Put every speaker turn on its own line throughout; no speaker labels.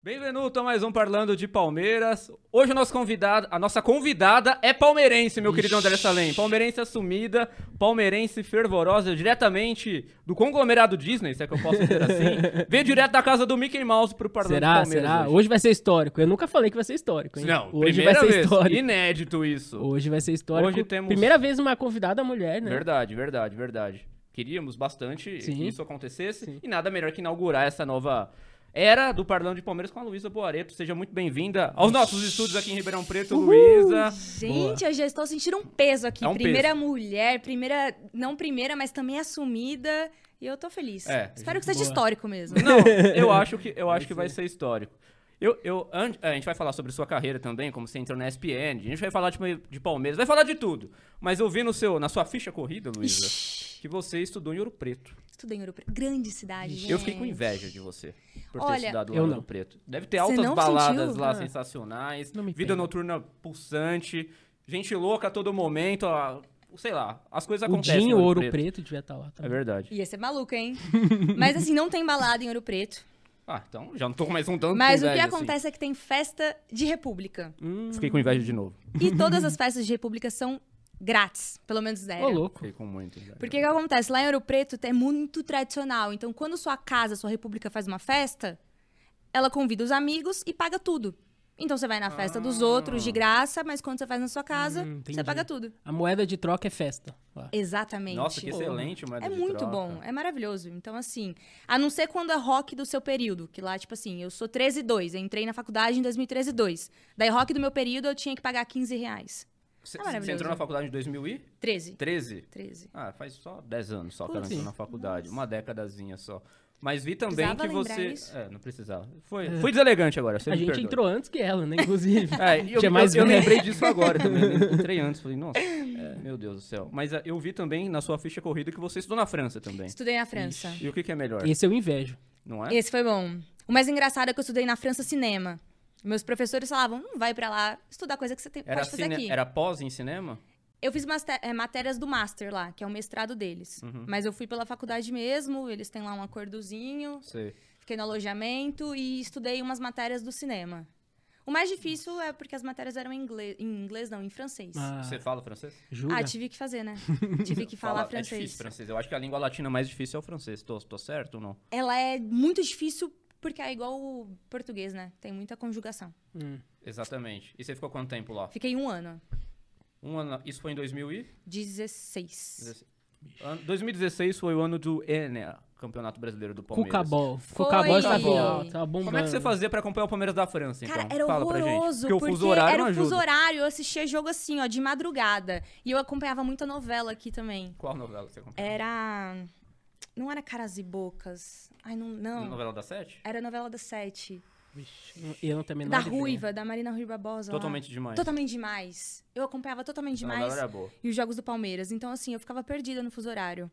Bem-vindo a mais um Parlando de Palmeiras. Hoje o nosso convidado, a nossa convidada é palmeirense, meu querido André Salem. Palmeirense assumida, palmeirense fervorosa, diretamente do conglomerado Disney, se é que eu posso dizer assim. Veio direto da casa do Mickey Mouse pro Parlando
Será?
Tá de Palmeiras.
Será? Hoje.
Hoje.
vai ser histórico. Eu nunca falei que vai ser histórico, hein?
Não,
hoje vai
primeira
ser
vez.
histórico.
Inédito isso.
Hoje vai ser histórico.
Hoje temos-
Primeira vez uma convidada mulher, né?
Verdade, verdade, verdade. Queríamos bastante
Sim.
que isso acontecesse
Sim.
e nada melhor que inaugurar essa nova era do Parlando de Palmeiras com a Luísa Boareto. Seja muito bem-vinda aos nossos estúdios aqui em Ribeirão Preto, Luísa.
Gente, eu já estou sentindo um peso aqui.
É um
primeira mulher, primeira. Não primeira, mas também assumida. E eu tô feliz.
É,
Espero que seja
boa.
histórico mesmo.
Não, eu acho que eu acho que vai ser histórico. Eu, eu, an- a gente vai falar sobre sua carreira também, como você entrou na ESPN, a gente vai falar de, de Palmeiras, vai falar de tudo. Mas eu vi no seu, na sua ficha corrida, Luísa, que você estudou em Ouro Preto.
Estudei em Ouro Preto. Grande cidade, gente.
Eu fiquei com inveja de você por ter
Olha,
estudado lá
Eu
no
não.
Ouro Preto. Deve ter
Você
altas
não
baladas
sentiu?
lá
Ah.
sensacionais,
Não me
vida
pega.
noturna pulsante, gente louca a todo momento, a- sei lá, as coisas
O
acontecem. em
Dinho Ouro Preto. devia estar lá
né, É
também.
verdade.
Ia ser maluca, hein? mas assim, não tem balada em Ouro Preto.
Ah, então já não tô mais um tanto
Mas
com
o que
inveja, assim. Hum.
acontece é que tem festa de república.
Fiquei com inveja de novo.
E todas as festas de república são grátis, pelo menos é.
Ô,
era.
louco.
Fiquei com muito inveja.
Porque o que acontece? Lá em Ouro Preto é muito tradicional. Então, quando sua casa, sua república faz uma festa, ela convida os amigos e paga tudo. Então, você vai na festa dos
Ah.
outros de graça, mas quando você faz na sua casa,
Hum, entendi.
você paga tudo.
A moeda de troca é festa. lá.
Exatamente.
Nossa, que
Pô.
excelente, moeda
É
de
muito
troca.
bom, é maravilhoso. Então, assim, a não ser quando é rock do seu período, que lá, tipo assim, eu sou 13 e 2, eu entrei na faculdade em 2013 e 2. Daí, rock do meu período, eu tinha que pagar 15 reais.
Você
É
você
maravilhoso.
entrou na faculdade em 2013?
13. 13.
Ah, faz só 10 anos só que
Putz.
ela entrou na faculdade. Uma décadazinha só. Mas vi também
Precisava
que
lembrar
você.
isso?
É, não precisava. Foi, Fui deselegante agora, você
É. A
me
gente
perdoa.
entrou antes que ela, né? Inclusive.
É, e eu,
Tinha
eu-
mais
eu
velho.
lembrei disso agora também. Eu Entrei antes, falei, nossa, é, meu Deus do céu. Mas ah, eu vi também na sua ficha corrida que você estudou na França também.
Estudei na França.
E o que, que é melhor?
Esse eu invejo.
Não é?
Esse foi bom. O mais engraçado é que eu estudei na França cinema. Meus professores falavam, não vai pra lá estudar coisa que você tem,
Era,
pode fazer
cine-
aqui.
era pós em cinema?
Eu fiz maste- eh, matérias do Master lá, que é o mestrado deles.
Uhum.
Mas eu fui pela faculdade mesmo, eles têm lá um acordozinho,
Sei.
fiquei no alojamento e estudei umas matérias do cinema. O mais difícil é porque as matérias eram em inglês, em inglês não, em francês. Ah,
Ah,
Você fala francês?
jura?
tipo,
tive que fazer, né? tive que falar
Fala- É
francês.
difícil francês. Eu acho que a língua latina mais difícil é o francês. Tô, tô certo ou não?
Ela é muito difícil porque é igual o português, né? Tem muita conjugação.
Hum.
Exatamente. E você ficou quanto tempo lá?
Fiquei um ano.
Um ano, isso foi em 2016.
16.
Ano- 2016 foi o ano do ENEA, Campeonato Brasileiro do Palmeiras.
Cucabol. Cucabol tá estava em alta, tava bombando.
Como é que você fazia pra acompanhar o Palmeiras da França, então?
Cara, era
Fala pra gente.
horroroso,
Porque o
porque
fuso horário
era
não
o fuso
ajuda.
horário, eu assistia jogo assim, ó, de madrugada. E eu acompanhava muita novela aqui também.
Qual novela você
É,
acompanhou?
Era... Não era Caras e Bocas. Ai, não, não.
Novela da Sete?
Era novela das sete.
Vixe, eu também não
da
adivinho.
Ruiva, da Marina Rui Barbosa. lá.
Totalmente demais.
Totalmente demais. Eu acompanhava totalmente
Essa novela
demais.
era boa.
E os jogos do Palmeiras. Então, assim, eu ficava perdida no fuso horário.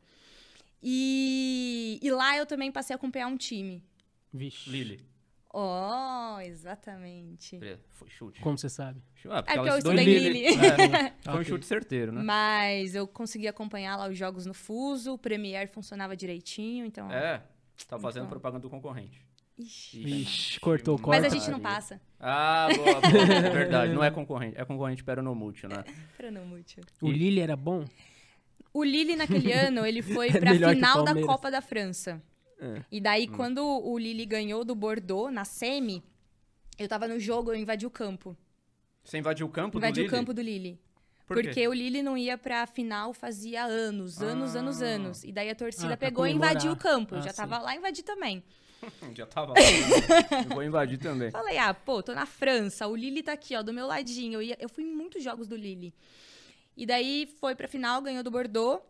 E, e lá eu também passei a acompanhar um time.
Vixe.
Lili.
Oh, exatamente.
Beleza, Foi chute.
Como você sabe?
Ah,
É porque eu
estudou
estudei
Lille.
Lille.
É, foi um
Ok.
chute certeiro, né?
Mas eu consegui acompanhar lá os jogos no Fuso, o Premiere funcionava direitinho, então.
É. Tá fazendo
Então.
propaganda do concorrente.
Ixi.
Vixe, cortou o corte.
Mas a gente não
Maria.
passa.
Ah, boa, boa. é verdade. Não é concorrente. É concorrente peronomútil, né?
Pra não muito.
O Lili era bom?
O Lille naquele ano, ele foi
É
pra
melhor que o
final da
Palmeiras. É.
Copa da França. E
Hum.
daí, quando o Lille ganhou do Bordeaux na semi, eu tava no jogo, eu invadi o campo.
Você invadiu o campo do
invadi o
Lille?
campo do Lille.
Por quê?
porque o Lille não ia pra final fazia anos, anos,
Ah.
anos, anos. E daí a torcida
Ah, pra
pegou e invadiu o
comemorar.
campo. Eu
Ah,
já
sim.
tava lá e invadi também.
Hum, Já tava lá. né? Eu vou invadir também.
Falei, ah, pô, tô na França, o Lille tá aqui, ó, do meu ladinho. Eu, ia- eu fui em muitos jogos do Lille. E daí foi pra final, ganhou do Bordeaux.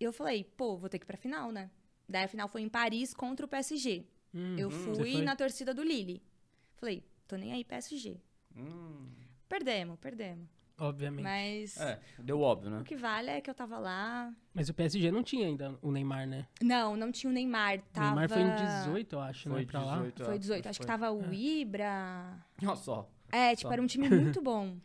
E eu falei, pô, vou ter que ir pra final, né? Daí a final foi em Paris contra o PSG. eu
Uhum. Você
fui
foi?
na torcida do Lille. Falei, tô nem aí, PSG.
Hum,
Perdemos, perdemos.
Obviamente. Mas...
Mas
é, deu óbvio, né?
o que vale é que eu tava lá.
o PSG não tinha ainda o Neymar, né?
Não, não tinha o Neymar. Tava...
O Neymar foi em 18, eu acho, É. né? Pra lá.
tá. Foi 18. Acho que tava o Ibra.
é. Olha só.
É, tipo,
Só.
era um time muito bom.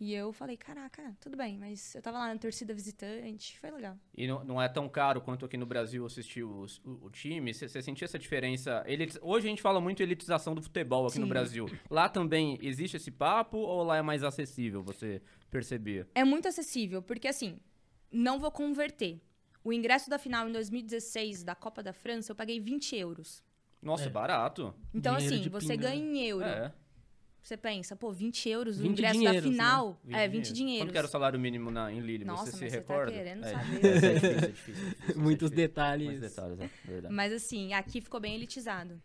E eu falei, caraca, tudo bem, mas eu tava lá na torcida visitante, foi legal.
E não, não é tão caro quanto aqui no Brasil assistir os- o, o time? Você você sentia essa diferença? Elit- Hoje a gente fala muito elitização do futebol aqui no
Sim.
Brasil. Lá também existe esse papo ou lá é mais acessível, você percebia?
É muito acessível, porque assim, não vou converter. O ingresso da final em 2016 da Copa da França, eu paguei 20 euros.
Nossa,
É.
barato.
Então,
Dinheiro
assim,
de
você
pinga, né?
ganha em euro.
É. né?
Você pensa, pô, 20 euros o
20
ingresso
dinheiros,
da final.
Vinte
É, 20
Quanto que era o
dinheiros.
salário mínimo na, em Lille?
Nossa,
você se
mas você tá
recorda?
querendo
é,
saber.
difícil, é difícil, é difícil, é difícil,
Muitos
é difícil.
detalhes.
Muitos detalhes, é verdade.
Mas assim, aqui ficou bem elitizado.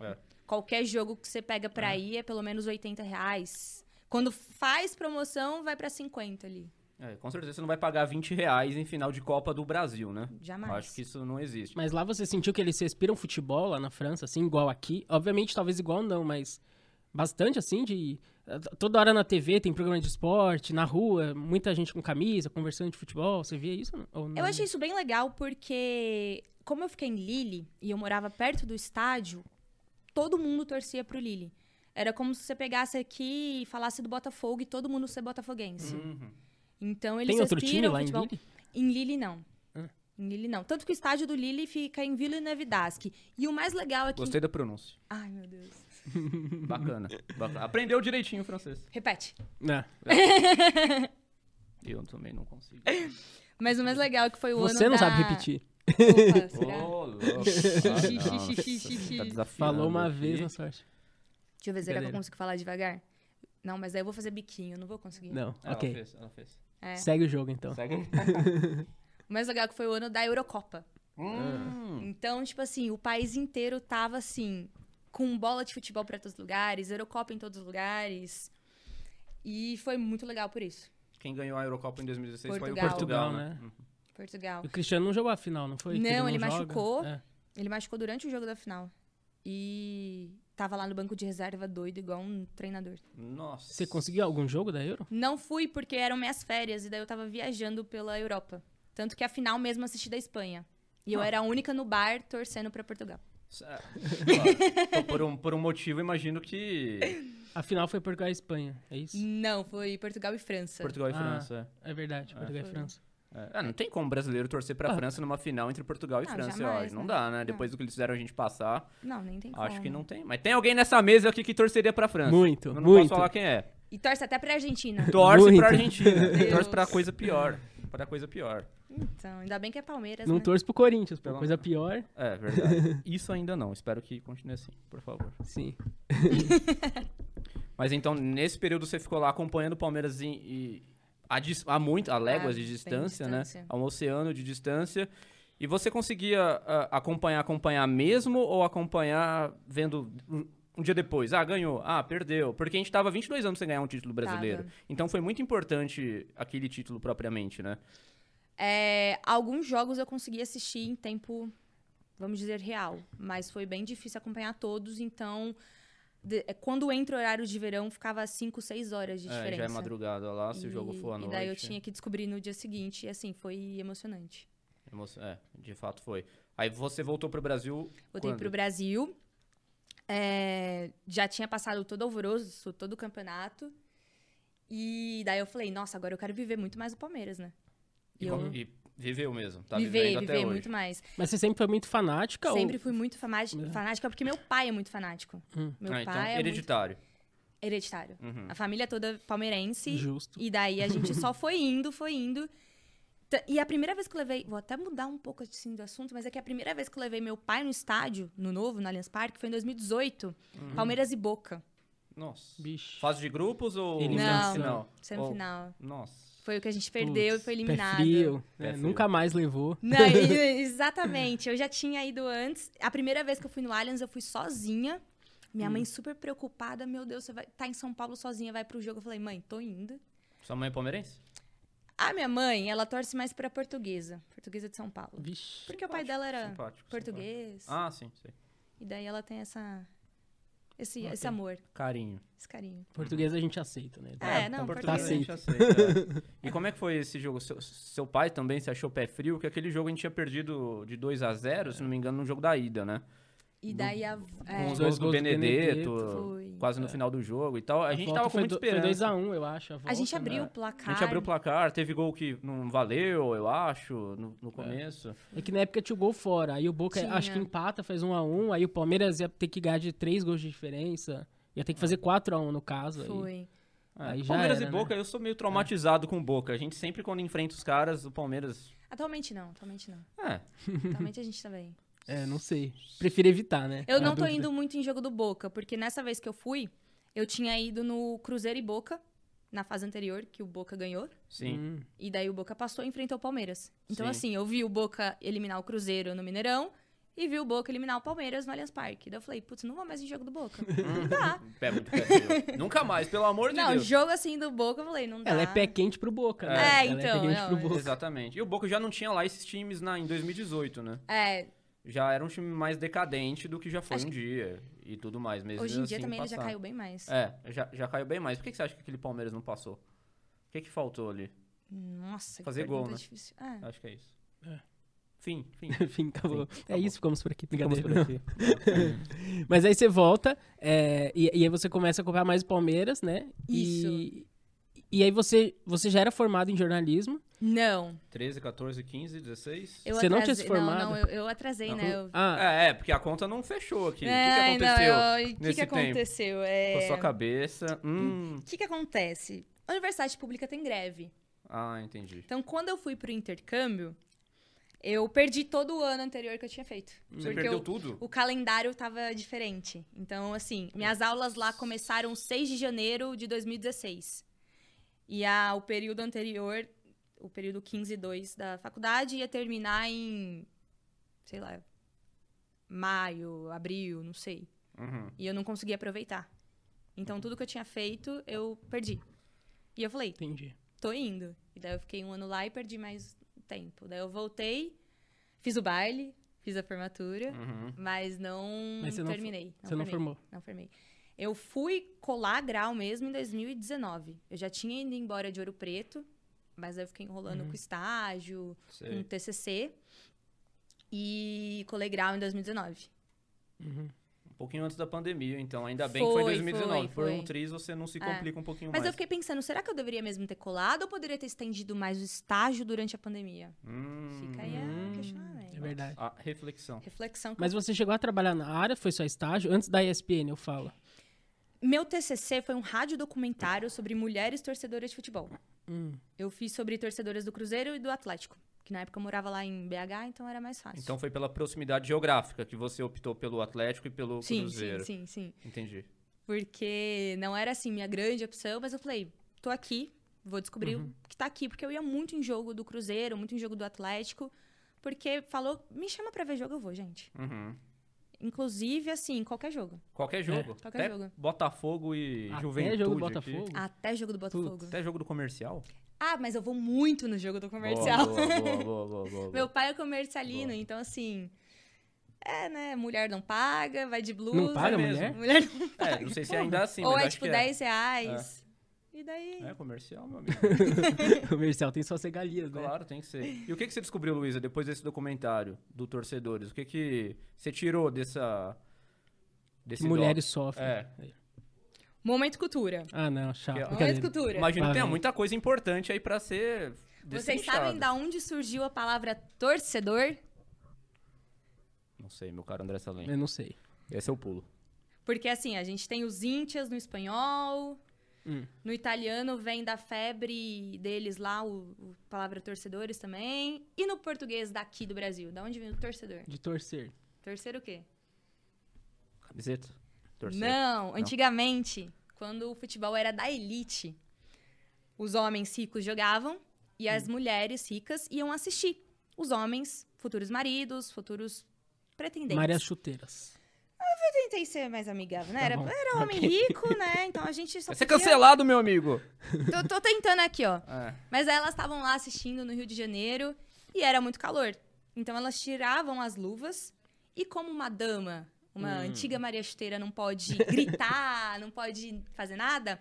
É.
Qualquer jogo que você pega pra ir é pelo menos 80 reais. Quando faz promoção, vai pra 50 ali.
É, com certeza você não vai pagar 20 reais em final de Copa do Brasil, né?
Jamais.
Eu acho que isso não existe.
Mas lá você sentiu que eles respiram futebol lá na França, assim, igual aqui? Obviamente, talvez igual não, mas bastante assim de. Toda hora na TV tem programa de esporte, na rua, muita gente com camisa, conversando de futebol. Você via isso ou não?
Eu achei isso bem legal porque, como eu fiquei em Lille e eu morava perto do estádio, todo mundo torcia pro Lille. Era como se você pegasse aqui e falasse do Botafogo e todo mundo ser botafoguense.
Uhum.
Então eles
Hum. Tem outro
respiram
time lá em
futebol.
Lille?
Em Lille, não.
Ah.
Em Lille, não. Tanto que o estádio do Lille fica em Villeneuve-d'Ascq. E o mais legal é que...
Gostei da pronúncia.
Ai, meu Deus.
Bacana. bacana. Aprendeu direitinho o francês.
Repete.
Não.
Eu também não consigo.
Mas o mais legal é que foi o ano
Você não
da-
sabe repetir.
Opa, será?
Ô, louco.
Xixi,
Ah, nossa,
xixi, xixi.
tá desafiando
Falou uma
aqui.
vez na sorte.
Deixa eu ver, será que eu
Brincadeira.
consigo falar devagar? Não, mas aí eu vou fazer biquinho, não vou conseguir.
Não,
Ah, Ela
ok.
fez, ela fez.
É.
Segue o jogo então.
Segue.
O mais legal é que foi o ano da Eurocopa.
Hum.
Então, tipo assim, o país inteiro tava assim, com bola de futebol pra todos os lugares, Eurocopa em todos os lugares. E foi muito legal por isso.
Quem ganhou a Eurocopa em 2016 foi o
Portugal.
Portugal,
Portugal,
né?
Portugal.
O Cristiano não jogou a final, não foi? Que
Não, ele
joga?
machucou.
É.
Ele machucou durante o jogo da final. E tava lá no banco de reserva doido, igual um treinador.
Nossa.
Você conseguiu algum jogo da Euro?
Não fui porque eram minhas férias e daí eu tava viajando pela Europa. Tanto que a final mesmo assisti da Espanha. E eu
Ah.
era a única no bar torcendo pra Portugal.
Ah, claro. por, um, por um motivo, imagino que
A final foi Portugal e Espanha, é isso?
Não, foi Portugal e França.
Portugal e
Ah.
França.
É verdade, Portugal e
Foi.
França.
É. Ah, não tem como brasileiro torcer pra
Ah.
França numa final entre Portugal e
Não,
França, eu
jamais,
acho. Não
né?
dá, né?
Não.
Depois do que eles fizeram a gente passar,
Não, nem tem
acho
como.
que não tem. Mas tem alguém nessa mesa aqui que torceria pra França.
Muito,
Eu não
muito.
posso falar quem é.
E torce até pra Argentina.
Torce
Muito.
pra Argentina.
Deus.
torce pra coisa pior. Pra coisa pior.
Então, ainda bem que é Palmeiras,
Não
né?
torço pro Corinthians, pô.
Pelo
Coisa pior,
É, verdade. Isso ainda não. Espero que continue assim, por favor.
sim.
Mas então, nesse período, você ficou lá acompanhando o Palmeiras em, e, a, dis- a muito, a léguas
Ah,
de
bem
distância, né?
distância.
A um oceano de distância. E você conseguia ah, acompanhar, acompanhar mesmo ou acompanhar vendo um- um dia depois? Ah, ganhou. Ah, perdeu. Porque a gente tava 22 anos sem ganhar um título brasileiro.
Tava.
Então foi muito importante aquele título propriamente, né?
É, alguns jogos eu consegui assistir em tempo, vamos dizer, real. Mas foi bem difícil acompanhar todos, então... de- é, quando entra o horário de verão, ficava 5, 6 horas de
É,
diferença.
já é madrugada lá, se o jogo for à
E
noite.
daí eu tinha que descobrir no dia seguinte, e assim, foi emocionante.
Emoção- É, de fato foi. Aí você voltou pro Brasil.
Voltei
quando?
pro Brasil, é, já tinha passado todo o alvoroço, todo o campeonato, e daí eu falei, nossa, agora eu quero viver muito mais o Palmeiras, né?
E,
eu-
como- e viveu mesmo. Tá
viver,
vivendo até
viver
hoje.
muito mais.
Mas você sempre foi muito fanática? ou-
Sempre fui muito famati-
É.
fanática, porque meu pai é muito fanático.
Hum.
Meu
Ah, então,
pai é muito
hereditário.
hereditário.
Uhum.
A família é toda palmeirense,
Justo.
e daí a gente só foi indo, foi indo. T- E a primeira vez que eu levei, vou até mudar um pouco assim do assunto, mas é que a primeira vez que eu levei meu pai no estádio, no novo, no Allianz Parque, foi em 2018,
Uhum.
Palmeiras e Boca.
Nossa.
Bicho.
Fase de grupos ou
Eliminação.
semifinal?
Semifinal.
Ou- Nossa.
Foi o que a gente perdeu
Putz,
e foi eliminado.
Pé frio, né?
Pé frio.
Nunca mais levou.
Não, e- exatamente. Eu já tinha ido antes. A primeira vez que eu fui no Allianz, eu fui sozinha.
Hum.
Minha mãe super preocupada. Meu Deus, você vai tá em São Paulo sozinha, vai pro jogo. Eu falei, mãe, tô indo.
Sua mãe é palmeirense?
A minha mãe, ela torce mais pra portuguesa. Portuguesa de São Paulo.
Bicho.
Porque o pai dela era
Simpático,
É, português.
simpático. Ah, sim, sei.
E daí ela tem essa... Esse,
Ok.
esse amor,
Carinho.
esse carinho.
Português a gente aceita, né?
É, não,
então
português.
a
Tá
gente aceita, é. E como é que foi esse jogo? Seu, seu pai também se achou pé frio? Porque aquele jogo a gente tinha perdido de 2 a 0 se não me engano, no jogo da ida, né?
E daí a.
Com
É,
os gols
Dois
do
gols do É.
Benedetto,
Benedetto.
quase no final do jogo e tal. A, gente
volta
tava com
foi
muita
do- Foi
esperança.
2x1, eu acho.
a gente
volta, né?
abriu o
A
placar.
gente abriu o placar, teve gol que não valeu, eu acho, no, no começo.
É que na época tinha o gol fora. Aí o Boca,
Tinha.
acho que empata, faz 1x1. aí o Palmeiras ia ter que ganhar de 3 gols de diferença. Ia ter que fazer 4x1 no caso. aí-
Foi.
Aí, já
Ah, Palmeiras
era,
e
né?
Boca, eu sou meio traumatizado com o Boca. A gente sempre, quando enfrenta os caras, o Palmeiras.
Atualmente não, atualmente não.
É,
Atualmente a gente tá bem.
É, não sei. Prefiro evitar, né?
Eu
Na
não tô
dúvida.
indo muito em jogo do Boca, porque nessa vez que eu fui, eu tinha ido no Cruzeiro e Boca, na fase anterior, que o Boca ganhou.
sim.
Hum.
E daí o Boca passou e enfrentou o Palmeiras. Então,
Sim.
assim, eu vi o Boca eliminar o Cruzeiro no Mineirão e vi o Boca eliminar o Palmeiras no Allianz Parque. Daí eu falei, putz, não vou mais em jogo do Boca. Não dá.
Pé muito pé frio. Nunca mais, pelo amor de
Hum. Não,
Deus.
jogo assim do Boca, eu falei, não dá.
Ela é pé quente pro Boca, né?
É,
Ela
então,
é pé quente
não,
pro
é.
Boca.
Exatamente. E o Boca já não tinha lá esses times na, em 2018, né?
É,
Já era um time mais decadente do que já foi
Acho
um dia e tudo mais. Mesmo
hoje em dia
assim,
também ele já
passar.
caiu bem mais.
É, já, já caiu bem mais. Por que, que você acha que aquele Palmeiras não passou? O que, que faltou ali?
Nossa,
Fazer
que
gol,
pergunta
né?
difícil. É.
Acho que é isso.
É.
Fim, fim.
Enfim, acabou.
Sim,
É
acabou.
isso, ficamos por aqui.
Ficamos por
brincadeira.
aqui.
Mas aí você volta, é, e, e aí você começa a acompanhar mais o Palmeiras, né? E, e aí você, você já era formado em jornalismo.
Não.
13, 14, 15, 16?
Eu
Você não tinha se
atrasei-
formado?
Não, não, eu, eu atrasei, né? Eu...
Ah,
É, é, porque a conta não fechou aqui.
É,
o que, que aconteceu
não, eu- O que,
nesse
que aconteceu? É...
tempo? Com a sua cabeça. Hum.
O que, que acontece? A universidade pública tem greve.
Ah, entendi.
Então, quando eu fui pro intercâmbio, eu perdi todo o ano anterior que eu tinha feito.
Você perdeu
eu-
tudo?
o calendário tava diferente. Então, assim, minhas
É.
aulas lá começaram 6 de janeiro de 2016. E a, o período anterior, o período 15 e 2 da faculdade, ia terminar em, sei lá, maio, abril, não sei.
Uhum.
E eu não consegui aproveitar. Então, tudo que eu tinha feito, eu perdi. E eu falei,
entendi.
tô indo. E daí eu fiquei um ano lá e perdi mais tempo. Daí eu voltei, fiz o baile, fiz a formatura,
Uhum.
mas não
Mas você não fo-
terminei.
você não
formei,
formou.
Não formei. Eu fui colar grau mesmo em 2019. Eu já tinha ido embora de Ouro Preto, mas aí eu fiquei enrolando
Uhum.
com estágio, com
Sei.
TCC. E colei grau em 2019.
Um pouquinho antes da pandemia, então. Ainda bem que foi em
Foi,
2019.
foi,
Por
foi. É.
um triz, você não se complica um pouquinho
Mas eu
mais.
fiquei pensando, será que eu deveria mesmo ter colado ou poderia ter estendido mais o estágio durante a pandemia?
Hum.
Fica aí
Hum,
a questionamento.
é verdade.
A reflexão.
Reflexão que
Mas você chegou a trabalhar na área, foi só estágio, antes da ESPN, eu falo.
Meu TCC foi um radiodocumentário sobre mulheres torcedoras de futebol.
Hum.
Eu fiz sobre torcedoras do Cruzeiro e do Atlético, que na época eu morava lá em BH, então era mais fácil.
Então foi pela proximidade geográfica que você optou pelo Atlético e pelo
sim,
Cruzeiro.
sim, sim, sim.
Entendi.
Porque não era assim minha grande opção, mas eu falei, tô aqui, vou descobrir
Uhum.
o que tá aqui, porque eu ia muito em jogo do Cruzeiro, muito em jogo do Atlético, porque falou, me chama pra ver jogo, eu vou, gente.
Uhum.
Inclusive, assim, qualquer jogo.
Qualquer jogo.
Qualquer
Até
jogo.
Botafogo e
Até
Juventude.
jogo do
aqui.
Botafogo?
Até jogo do Botafogo.
Até jogo do comercial?
Ah, mas eu vou muito no jogo do comercial.
Boa, boa, boa, boa, boa, boa,
Meu
boa.
pai é comercialino,
Boa.
então assim. É, né? Mulher não paga, vai de blusa.
Não paga,
é mesmo.
mulher?
Mulher não-
É, não sei se é ainda assim,
Ou
mas
é
acho
tipo
que
10 reais. E daí?
É. é comercial, meu amigo.
O comercial tem só segalias, né?
Claro, tem que ser. E o que, que você descobriu, Luísa, depois desse documentário do Torcedores? O que, que você tirou dessa... Desse
Que mulheres
doc?
sofrem.
É.
Momento cultura.
Ah, não, chato.
Que- é-
Momento
brincadeira.
cultura.
Imagino
Lá
que tenha
vem.
muita coisa importante aí pra ser
Vocês
destrinchada.
sabem da onde surgiu a palavra torcedor?
Não sei, meu caro André Salem.
Eu não sei.
Esse é o pulo.
Porque assim, a gente tem os íntias no espanhol.
Hum.
No italiano vem da febre deles lá, o, o palavra torcedores também. E no português daqui do Brasil, da onde vem o torcedor?
De torcer.
Torcer o quê?
Camiseta?
Não, antigamente, quando o futebol era da elite, os homens ricos jogavam e
Hum.
as mulheres ricas iam assistir. Os homens, futuros maridos, futuros pretendentes.
Maria Chuteiras.
Eu tentei ser mais amigável, né?
Tá
Era,
bom. é
era homem rico, né? Então a gente só
Vai ser
podia-
é cancelado, meu amigo!
Tô, tô tentando aqui, ó.
É.
Mas aí elas estavam lá assistindo no Rio de Janeiro e era muito calor. Então elas tiravam as luvas e como uma dama, uma
Hum.
antiga Maria Chuteira não pode gritar, não pode fazer nada,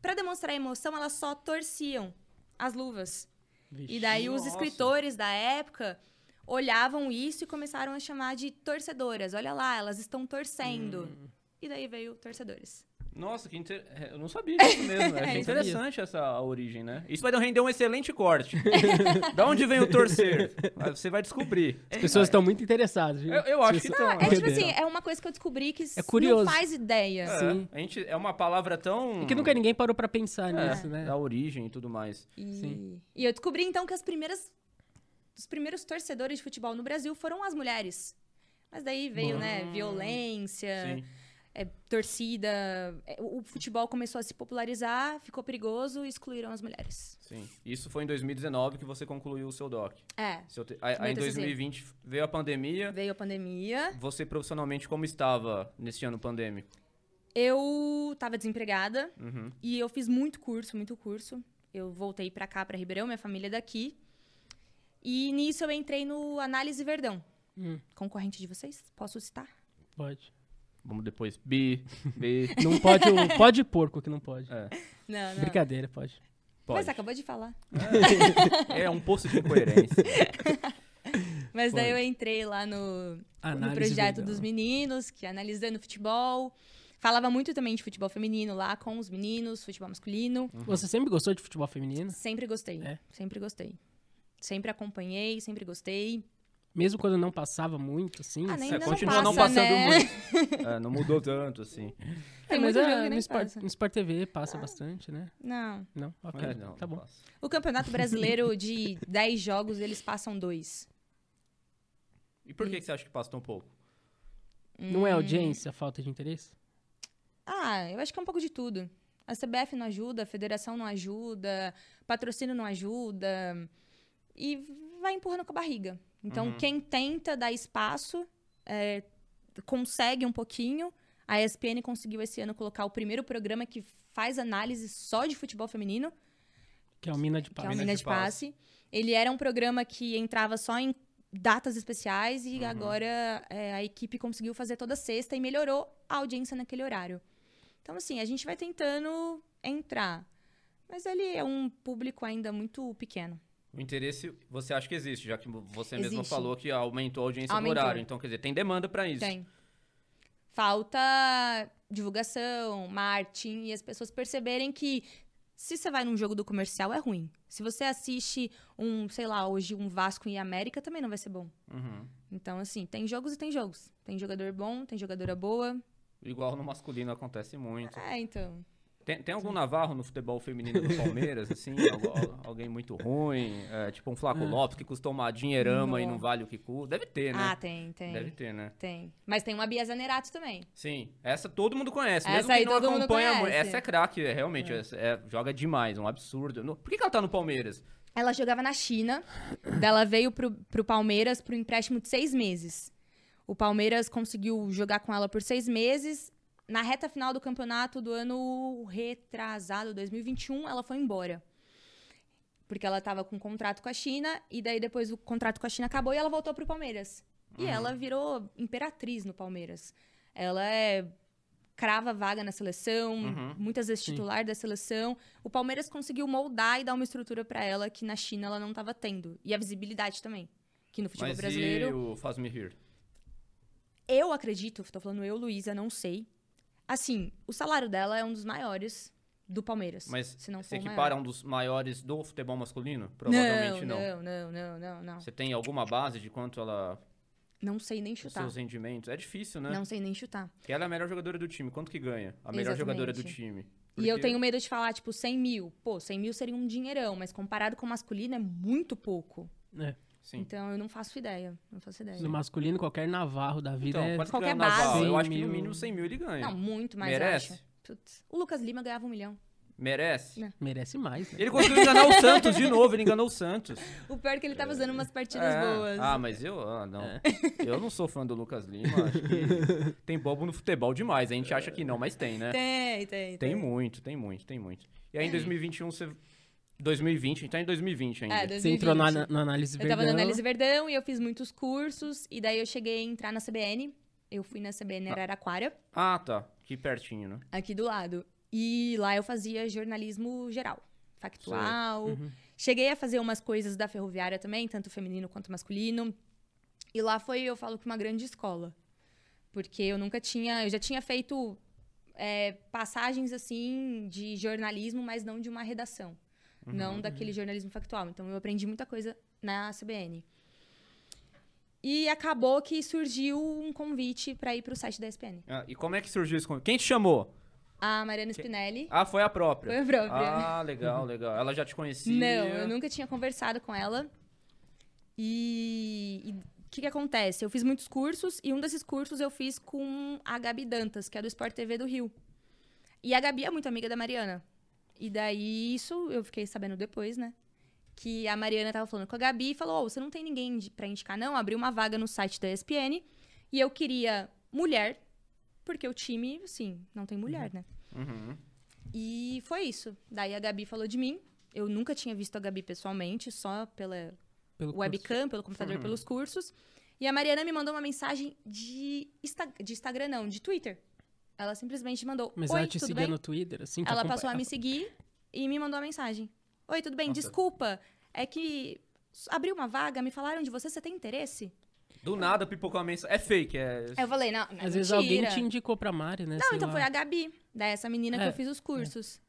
pra demonstrar emoção elas só torciam as luvas.
Vixe.
E daí os
Nossa.
escritores da época olhavam isso e começaram a chamar de torcedoras. Olha lá, elas estão torcendo.
Hum.
E daí veio torcedores.
Nossa, que inter... é, eu não sabia disso
É,
mesmo. né? Achei
não sabia.
interessante essa origem, né? Isso vai render um excelente corte. da onde vem o torcer? Mas Você vai descobrir.
As pessoas estão muito interessadas, viu?
Eu, eu acho
Vocês
que
estão-
não.
É tipo
Entendeu?
assim, é uma coisa que eu descobri que s-
curioso.
não faz ideia.
É,
sim.
a gente, é uma palavra tão.
É que nunca ninguém parou pra pensar
É,
nisso, né?
Da origem e tudo mais.
E...
Sim.
e eu descobri então que as primeiras os primeiros torcedores de futebol no Brasil foram as mulheres. Mas daí veio, né, violência,
Sim.
é, torcida, é, o o futebol começou a se popularizar, ficou perigoso e excluíram as mulheres.
Sim. Isso foi em 2019 que você concluiu o seu doc.
É,
Seu te- aí- aí em
TCC.
2020 veio a pandemia.
veio a pandemia,
Você profissionalmente como estava nesse ano pandêmico?
eu tava desempregada
Uhum.
e eu fiz muito curso, muito curso. Eu voltei pra cá, pra Ribeirão, minha família é daqui. E nisso eu entrei no Análise Verdão.
Hum.
Concorrente de vocês? Posso citar?
Pode.
Vamos depois. Bi, bi.
Não pode o... Pode porco que não pode.
É,
Ah.
Não, não.
Brincadeira, pode.
pode.
Mas você acabou de falar.
É um poço de incoerência.
Mas daí eu entrei lá no, no
Análise
projeto
legal.
dos meninos, que é analisando futebol. Falava muito também de futebol feminino lá com os meninos, futebol masculino.
Você sempre gostou de futebol feminino?
Sempre gostei.
Hum. É?
Sempre gostei. Sempre acompanhei, sempre gostei.
Mesmo quando não passava muito, assim?
Ah, nem-
É,
Ainda não
continua não,
passa,
passando
né?
muito. É, não mudou tanto, assim.
Tem
mas
muito
é,
jogo que
no,
nem
Sport,
passa. Ah.
no Sport TV passa bastante, né?
Não.
Não? Ok,
É, não,
tá
não
bom.
passa.
O Campeonato Brasileiro de 10 jogos, eles passam dois.
E por que, que você acha que passa tão pouco?
Hum.
Não é audiência, falta de interesse?
Ah, eu acho que é um pouco de tudo. A CBF não ajuda, a federação não ajuda, patrocínio não ajuda. E vai empurrando com a barriga. Então, quem tenta dar espaço é, consegue um pouquinho. A ESPN conseguiu esse ano colocar o primeiro programa que faz análise só de futebol feminino,
Que é o Mina de
que é o
Paz.
Mina
Mina
de
de Passe. Ele era um programa que entrava só em datas especiais
Uhum.
e agora é, a equipe conseguiu fazer toda sexta e melhorou a audiência naquele horário. Então, assim, a gente vai tentando entrar. Mas ele é um público ainda muito pequeno.
O interesse, você acha que existe, já que você mesma
Existe.
falou que aumentou a audiência
Aumentou.
do horário. Então, quer dizer, tem demanda pra isso.
Tem. Falta divulgação, marketing e as pessoas perceberem que se você vai num jogo do comercial é ruim. Se você assiste um, sei lá, hoje um Vasco e América também não vai ser bom.
Uhum.
Então, assim, tem jogos e tem jogos. Tem jogador bom, tem jogadora boa.
Igual no masculino acontece muito.
É, então.
Tem, tem algum navarro no futebol feminino do Palmeiras, assim? Algu- al- alguém muito ruim? É, tipo um Flaco Lopes que custou uma dinheirama e não vale o que custa. Deve ter, né?
Ah, tem, tem.
Deve ter, né?
Tem. Mas tem uma Bia Zanerato também.
Sim, essa todo mundo conhece, mesmo
Essa
quem
aí
não
todo mundo
acompanha muito.
conhece.
Essa é craque, é, realmente, essa- é, joga demais, um absurdo. No- Por que, que ela tá no Palmeiras?
Ela jogava na China. daí ela veio pro, pro Palmeiras pro empréstimo de seis meses. O Palmeiras conseguiu jogar com ela por seis meses. Na reta final do campeonato do ano retrasado, 2021, ela foi embora. Porque ela tava com um contrato com a China. E daí depois o contrato com a China acabou e ela voltou pro Palmeiras.
Uhum.
E ela virou imperatriz no Palmeiras. Ela é crava vaga na seleção,
Uhum.
muitas vezes
Sim.
titular da seleção. O Palmeiras conseguiu moldar e dar uma estrutura pra ela que na China ela não tava tendo. E a visibilidade também. Que no futebol
Mas
brasileiro.
e o Faz-me Rir?
Eu acredito, tô falando eu, Luísa, não sei. Assim, o salário dela é um dos maiores do Palmeiras.
Mas
se não
você
for o maior.
equipara um dos maiores do futebol masculino? Provavelmente
Não,
não.
não, não, não, não, não.
Você tem alguma base de quanto ela...
Não sei nem
os
chutar.
seus rendimentos? É difícil, né?
Não sei nem chutar.
Porque ela é a melhor jogadora do time. Quanto que ganha? A melhor jogadora do
Exatamente.
time.
E eu
Porque-
tenho medo de falar, tipo, 100 mil. Pô, 100 mil seria um dinheirão, mas comparado com o masculino é muito pouco.
É.
Sim.
Então eu não faço ideia. Não faço ideia.
No masculino, qualquer navarro da vida
Então,
é...
quanto que
Qualquer
ganha o Navarro?
base.
Eu acho
100
que no
mil.
mínimo 100 mil ele ganha.
Não, muito mais,
Merece?
eu acho. Putz, O Lucas Lima ganhava um milhão.
Merece?
Não.
Merece mais, né?
Ele conseguiu enganar o Santos de novo, ele enganou o Santos.
O pior é que ele tava usando umas partidas
É.
boas.
Ah, mas eu. Ah, não. Eu não sou fã do Lucas Lima. Acho que tem bobo no futebol demais. A gente acha que não, mas tem, né?
Tem, tem, É.
Tem muito, tem muito, tem muito. E aí em 2021 você. 2020, a gente tá em 2020 ainda.
É,
Você entrou na,
2020.
na análise
Eu tava na
Verdão.
Análise Verdão e eu fiz muitos cursos. E daí eu cheguei a entrar na CBN. Eu fui na CBN Araraquara,
Ah, tá. Que pertinho, né?
aqui do lado. E lá eu fazia jornalismo geral, factual. Cheguei a fazer umas coisas da ferroviária também, tanto feminino quanto masculino. E lá foi, eu falo, que uma grande escola. Porque eu nunca tinha. Eu já tinha feito é, passagens assim de jornalismo, mas não de uma redação. Não daquele jornalismo factual. Então eu aprendi muita coisa na CBN. E acabou que surgiu um convite para ir para o site da ESPN.
Ah, e como é que surgiu esse convite? Quem te chamou?
A Mariana Spinelli.
Ah, foi a própria.
Foi a própria.
Ah, é. legal, legal. Ela já te conhecia.
Não, eu nunca tinha conversado com ela. E e o que, que acontece? Eu fiz muitos cursos e um desses cursos eu fiz com a Gabi Dantas, que é do Sport TV do Rio. E a Gabi é muito amiga da Mariana. E daí isso eu fiquei sabendo depois, né? Que a Mariana tava falando com a Gabi e falou: Ô, você não tem ninguém de- pra indicar, não? Abriu uma vaga no site da ESPN e eu queria mulher, porque o time, assim, não tem mulher, né?
Uhum.
E foi isso. Daí a Gabi falou de mim. Eu nunca tinha visto a Gabi pessoalmente, só pela
Pelo
webcam, pelo computador,
Uhum.
pelos cursos. E a Mariana me mandou uma mensagem de, Insta- de Instagram, não, de Twitter. Ela simplesmente mandou,
Mas
oi,
ela te
tudo
seguia
bem?
no Twitter, assim? te
Ela
acompanha-
passou a me seguir e me mandou uma mensagem. Oi, tudo bem?
Nossa.
Desculpa, é que s- abriu uma vaga, me falaram de você, você tem interesse?
Do nada pipocou a mensagem. É fake, é.
Aí Eu falei, não, não é
Às vezes alguém
mentira.
te indicou pra Mari, né?
Não,
sei
então
lá.
foi a Gabi, dessa menina que
É,
eu fiz os cursos.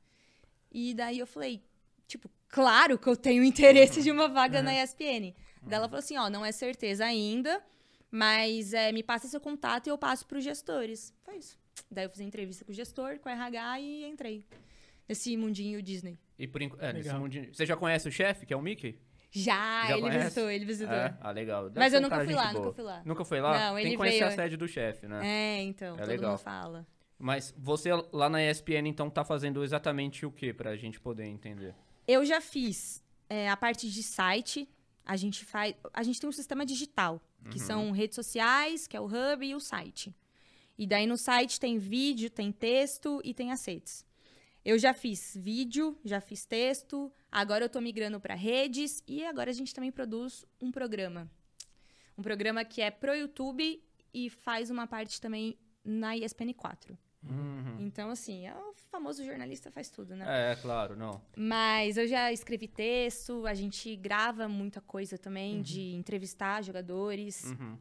E daí eu falei, tipo, claro que eu tenho interesse
Uhum.
de uma vaga na ESPN. Daí ela falou assim, ó, não é certeza ainda, mas é, me passa seu contato e eu passo pros gestores. Foi isso. Daí eu fiz a entrevista com o gestor, com o RH e entrei. Nesse mundinho Disney.
E por enquanto. É, nesse
Legal.
mundinho. Você já conhece o chefe, que é o Mickey?
Já,
Já
ele
conhece?
visitou, ele visitou.
É? Ah, legal. Deve
Mas
ser
eu
um
nunca
cara
fui
gente
lá,
boa.
nunca fui lá.
Nunca foi lá?
Não,
Tem
ele
que conhecer
veio-
a sede do chefe, né?
É, então, todo
legal.
mundo fala.
Mas você lá na ESPN, então, tá fazendo exatamente o que pra gente poder entender?
Eu já fiz é, a parte de site. A gente faz. A gente tem um sistema digital, que são redes sociais, que é o hub e o site. E daí no site tem vídeo, tem texto e tem as redes. Eu já fiz vídeo, já fiz texto, agora eu tô migrando para redes e agora a gente também produz um programa. Um programa que é pro YouTube e faz uma parte também na ESPN4.
Uhum.
Então, assim, é o famoso jornalista faz tudo, né?
É, claro, não.
Mas eu já escrevi texto, a gente grava muita coisa também de entrevistar jogadores,
Uhum.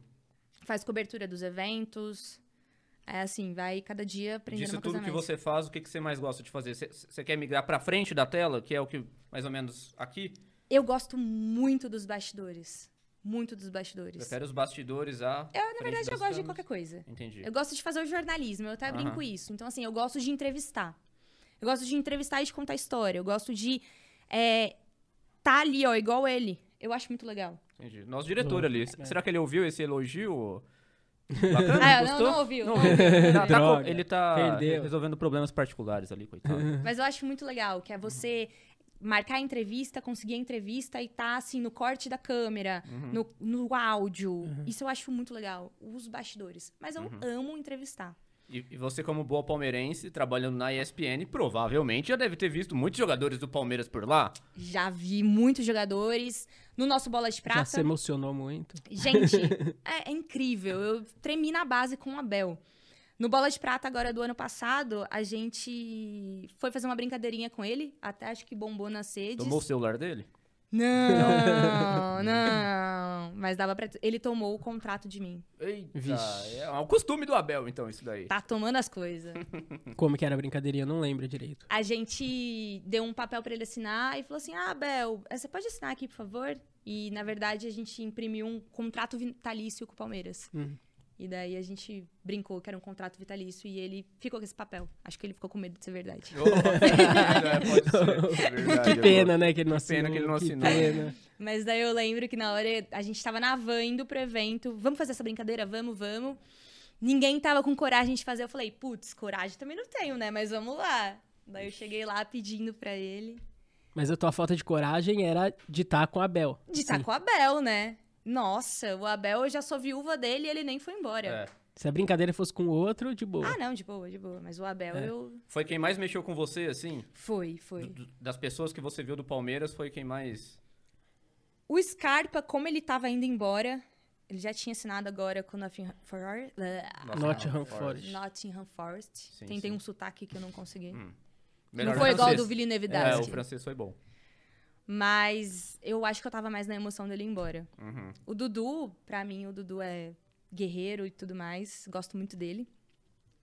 faz cobertura dos eventos. É assim, vai cada dia aprendendo
Disso
uma coisa
tudo que
mais.
você faz, o que, que você mais gosta de fazer? Você- Você quer migrar pra frente da tela, que é o que mais ou menos aqui?
Eu gosto muito dos bastidores. Muito dos bastidores.
Prefere os bastidores a.
Eu, na verdade, eu gosto de qualquer coisa.
Entendi.
Eu gosto de fazer o jornalismo, eu até
Aham.
brinco isso. Então, assim, eu gosto de entrevistar. Eu gosto de entrevistar e de contar história. Eu gosto de é, tá ali, ó, igual ele. Eu acho muito legal.
Entendi. Nosso diretor
Não,
ali.
é.
Será que ele ouviu esse elogio? Bacana,
Ah, não,
gostou?
não ouviu,
Não
não
ouviu.
ouviu.
Tá- tá
Droga,
com- ele tá
perdeu.
resolvendo problemas particulares ali, coitado.
Mas eu acho muito legal, que é você marcar a entrevista, conseguir a entrevista e tá assim no corte da câmera, no, no áudio. Isso eu acho muito legal, os bastidores. Mas eu amo entrevistar.
E, e você, como boa palmeirense, trabalhando na ESPN, provavelmente já deve ter visto muitos jogadores do Palmeiras por lá.
Já vi muitos jogadores no nosso bola
Já
de
se
prata.
emocionou muito.
Gente, é, é incrível. Eu tremi na base com o Abel. No Bola de Prata, agora do ano passado, a gente foi fazer uma brincadeirinha com ele. Até acho que bombou nas sedes.
Tomou o celular dele?
Não, não. Mas dava pra. Ele tomou o contrato de mim.
Eita,
Vixe.
é um costume do Abel, então, isso daí.
Tá tomando as coisas.
Como que era a brincadeirinha? Eu não lembro direito.
A gente deu um papel pra ele assinar e falou assim: Ah, Bel, você pode assinar aqui, por favor? E na verdade a gente imprimiu um contrato vitalício com o Palmeiras.
Uhum.
E daí a gente brincou que era um contrato vitalício e ele ficou com esse papel. Acho que ele ficou com medo de ser verdade.
Nossa, Oh, é, pode ser, é verdade,
que
amor.
pena, né? Que ele não
Que pena
assinou.
que ele não assinou.
pena.
Mas daí eu lembro que na hora a gente tava na van indo pro evento. Vamos fazer essa brincadeira? Vamos, vamos. Ninguém tava com coragem de fazer. Eu falei, putz, coragem também não tenho, né? Mas vamos lá. Daí eu cheguei lá pedindo pra ele.
Mas a tua falta de coragem era de estar com a Bel.
De estar com o Abel, né? Nossa, o Abel, eu já sou viúva dele e ele nem foi embora.
É.
Se a brincadeira fosse com o outro, de boa.
Ah, não, de boa, de boa. Mas o Abel,
É.
eu...
Foi quem mais mexeu com você, assim?
Foi, foi.
Do- das pessoas que você viu do Palmeiras, foi quem mais.
O Scarpa, como ele tava indo embora, ele já tinha assinado agora com o Nottingham Forest.
Nottingham Forest.
Nottingham Forest.
Sim,
Tentei
sim.
um sotaque que eu não consegui.
Hum.
não
Melhor
foi igual ao
francês.
do Villeneuve
É, o
Dasque.
francês foi bom.
Mas eu acho que eu tava mais na emoção dele ir embora.
Uhum.
O Dudu, pra mim, o Dudu é guerreiro e tudo mais. Gosto muito dele.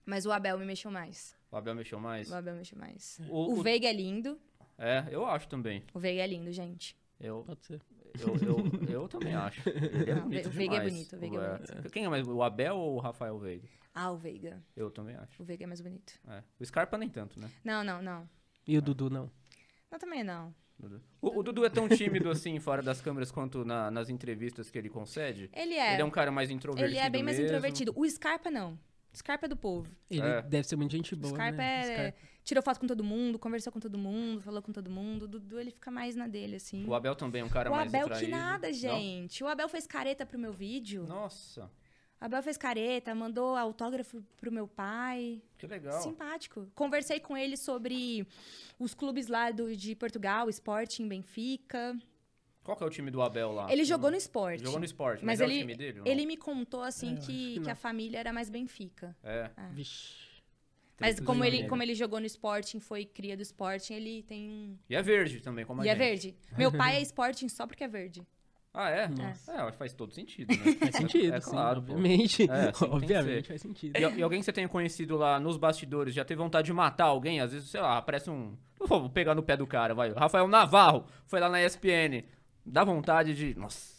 Mas o Abel me mexeu mais.
O Abel mexeu mais.
O Abel mexeu mais.
O-
O,
o-
Veiga é lindo.
É, eu acho também.
O Veiga é lindo, gente.
Eu,
Pode ser.
eu, eu, eu também acho. Ele é
Não,
bonito
o Veiga é
demais.
bonito, o Veiga é
Quem é mais, o Abel ou o Rafael Veiga?
Ah, o Veiga.
Eu também acho.
O Veiga é mais bonito.
É. O Scarpa nem tanto, né?
Não, não, não.
E o Dudu, não.
Não, também não.
Dudu? O, o Dudu é tão tímido assim, fora das câmeras, quanto na- nas entrevistas que ele concede?
Ele é.
Ele é um cara mais introvertido
Ele é bem mais
mesmo.
introvertido. O Scarpa, não. Scarpa é do povo.
Ele
É.
deve ser muito gente
O
boa,
Scarpa,
né?
é- tirou foto com todo mundo, conversou com todo mundo, falou com todo mundo. O Dudu, ele fica mais na dele, assim.
O Abel também é um cara
O
mais
Abel que
retraído.
nada,
Não?
gente. O Abel fez careta pro meu vídeo.
Nossa,
O Abel fez careta, mandou autógrafo pro meu pai.
que legal.
Simpático. Conversei com ele sobre os clubes lá do, de Portugal, Sporting, Benfica.
Qual que é o time do Abel lá?
ele
Eu
jogou
não-
no esporte.
Jogou no esporte, mas,
Mas
é o
ele-
time dele? ou não?
Ele me contou, assim,
É, eu acho
que,
que
que
não.
a família era mais Benfica.
É.
Vixe.
Mas
Tritos
como
de
ele,
maneira.
como ele jogou no Sporting, foi cria do Sporting, ele tem um...
E é verde também, como a
E é
gente.
verde. Meu pai é Sporting só porque é verde.
Ah, é?
Nossa.
É, faz todo sentido, né?
Faz sentido,
é,
sim,
claro, pô. É,
obviamente.
sim, tem que
obviamente
ser.
faz sentido.
E, e alguém que você tenha conhecido lá nos bastidores já teve vontade de matar alguém? Às vezes, sei lá, aparece um. Pô, Vou pegar no pé do cara, vai. Rafael Navarro foi lá na ESPN. Dá vontade de. Nossa.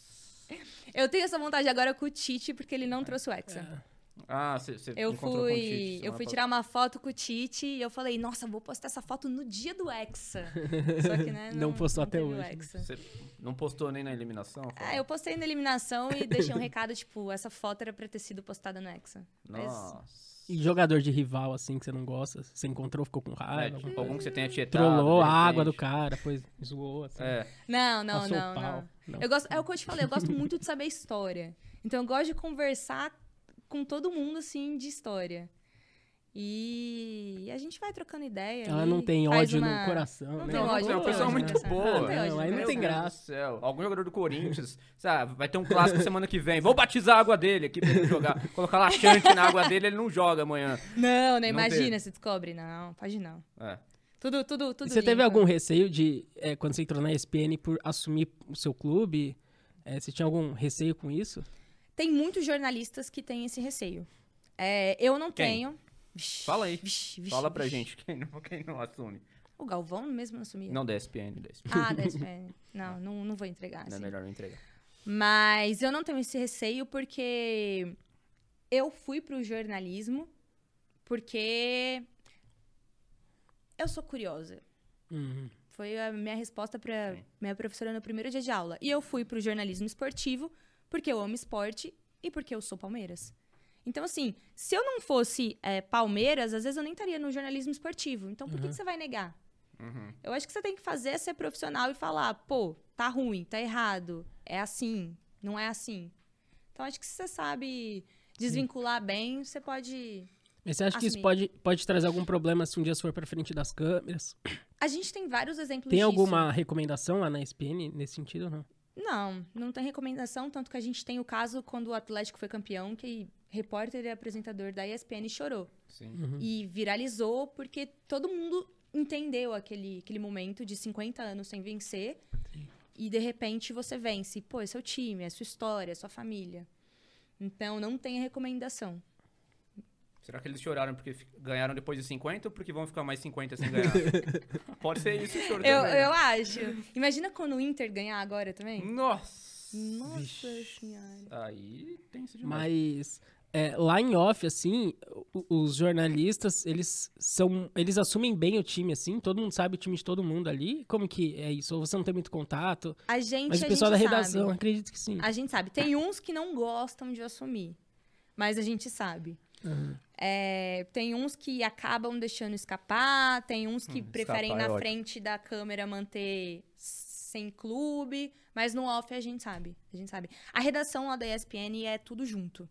Eu tenho essa vontade agora com o Tite, porque ele
É.
não trouxe o Hexa.
Ah, você você
Eu
encontrou com o Tite
fui, eu
semana
fui
passada.
tirar uma foto com o Tite e eu falei, nossa, vou postar essa foto no dia do Hexa. Só que, né?
Não postou até
teve
hoje,
o
né?
Hexa.
Você não postou nem na eliminação?
Ah, eu postei na eliminação e deixei um recado, tipo, essa foto era pra ter sido postada no Hexa. Mas
Nossa.
E jogador de rival, assim, que você não gosta, você encontrou, ficou com
É,
raiva,
tipo, algum que você tenha tietado.
trollou
de
a água do
repente.
cara, depois zoou, assim,
É.
Não, não,
passou
não,
o pau.
não.
Não.
Eu gosto, é o que eu te falei, eu gosto muito de saber história. Então eu gosto de conversar com todo mundo, assim, de história. E a gente vai trocando ideia.
Ela
ali,
não tem
faz
ódio
uma-
no coração,
Não
né?
tem
Não, não
ódio
tem, é uma
no
pessoa
coração,
muito
né?
boa. é
Não tem ódio
Não, aí
no
não tem
coração.
graça.
do céu. Algum jogador do Corinthians, sabe, vai ter um clássico semana que vem. Vou batizar a água dele aqui pra ele jogar. Colocar laxante na água dele, ele não joga amanhã.
Não, não,
teve.
imagina, se descobre. Não, pode não.
É.
Tudo, tudo, tudo
Você teve
limpo.
algum receio de, é, quando você entrou na ESPN, por assumir o seu clube? É, você tinha algum receio com isso?
Tem muitos jornalistas que têm esse receio. É, eu não
Quem?
tenho. Vixe,
Fala aí.
vixe, vixe,
Fala pra
vixe.
gente quem não, quem não assume.
O Galvão mesmo não assumia.
Não da ESPN, da ESPN.
Ah, da SPN. Não, não, não vou entregar.
Não é
assim.
melhor não entregar.
Mas eu não tenho esse receio porque eu fui pro jornalismo porque eu sou curiosa.
Uhum.
Foi a minha resposta para
Sim.
minha professora no primeiro dia de aula. E eu fui pro jornalismo esportivo porque eu amo esporte e porque eu sou Palmeiras. Então, assim, se eu não fosse é, Palmeiras, às vezes eu nem estaria no jornalismo esportivo. Então, por que,
Uhum.
que você vai negar?
Uhum.
Eu acho que você tem que fazer é ser profissional e falar, pô, tá ruim, tá errado, é assim, não é assim. Então, acho que se você sabe desvincular bem, você pode.
Mas você acha que isso
Assumir.
pode, pode trazer algum problema se um dia você for pra frente das câmeras?
A gente tem vários exemplos
Tem
disso.
alguma recomendação lá na ESPN nesse sentido ou não?
Não, não tem recomendação, tanto que a gente tem o caso quando o Atlético foi campeão, que repórter e apresentador da ESPN chorou.
Sim.
Uhum.
E viralizou porque todo mundo entendeu aquele, aquele momento de 50 anos sem vencer. E de repente você vence. Pô, é seu time, é sua história, é sua família. Então não tem recomendação.
Será que eles choraram porque fi- ganharam depois de 50 ou porque vão ficar mais 50 sem ganhar? Pode ser isso, o choro
Eu,
também. né?
eu acho. Imagina quando o Inter ganhar agora também.
Nossa!
Hum.
Nossa senhora.
Aí tem isso demais.
Mas é, lá em off, assim, o- os jornalistas, eles são. Eles assumem bem o time, assim, todo mundo sabe o time de todo mundo ali. Como que é isso? Ou você não tem muito contato?
A gente,
Mas
a
o pessoal da
gente
redação,
sabe.
acredito que sim.
A gente sabe. Tem uns que não gostam de assumir. Mas a gente sabe. É, tem uns que acabam deixando escapar, tem uns que
Hum,
preferem
escapar
na
é ótimo.
frente da câmera manter sem clube, mas no off a gente sabe, a gente sabe. A redação lá da ESPN é tudo junto.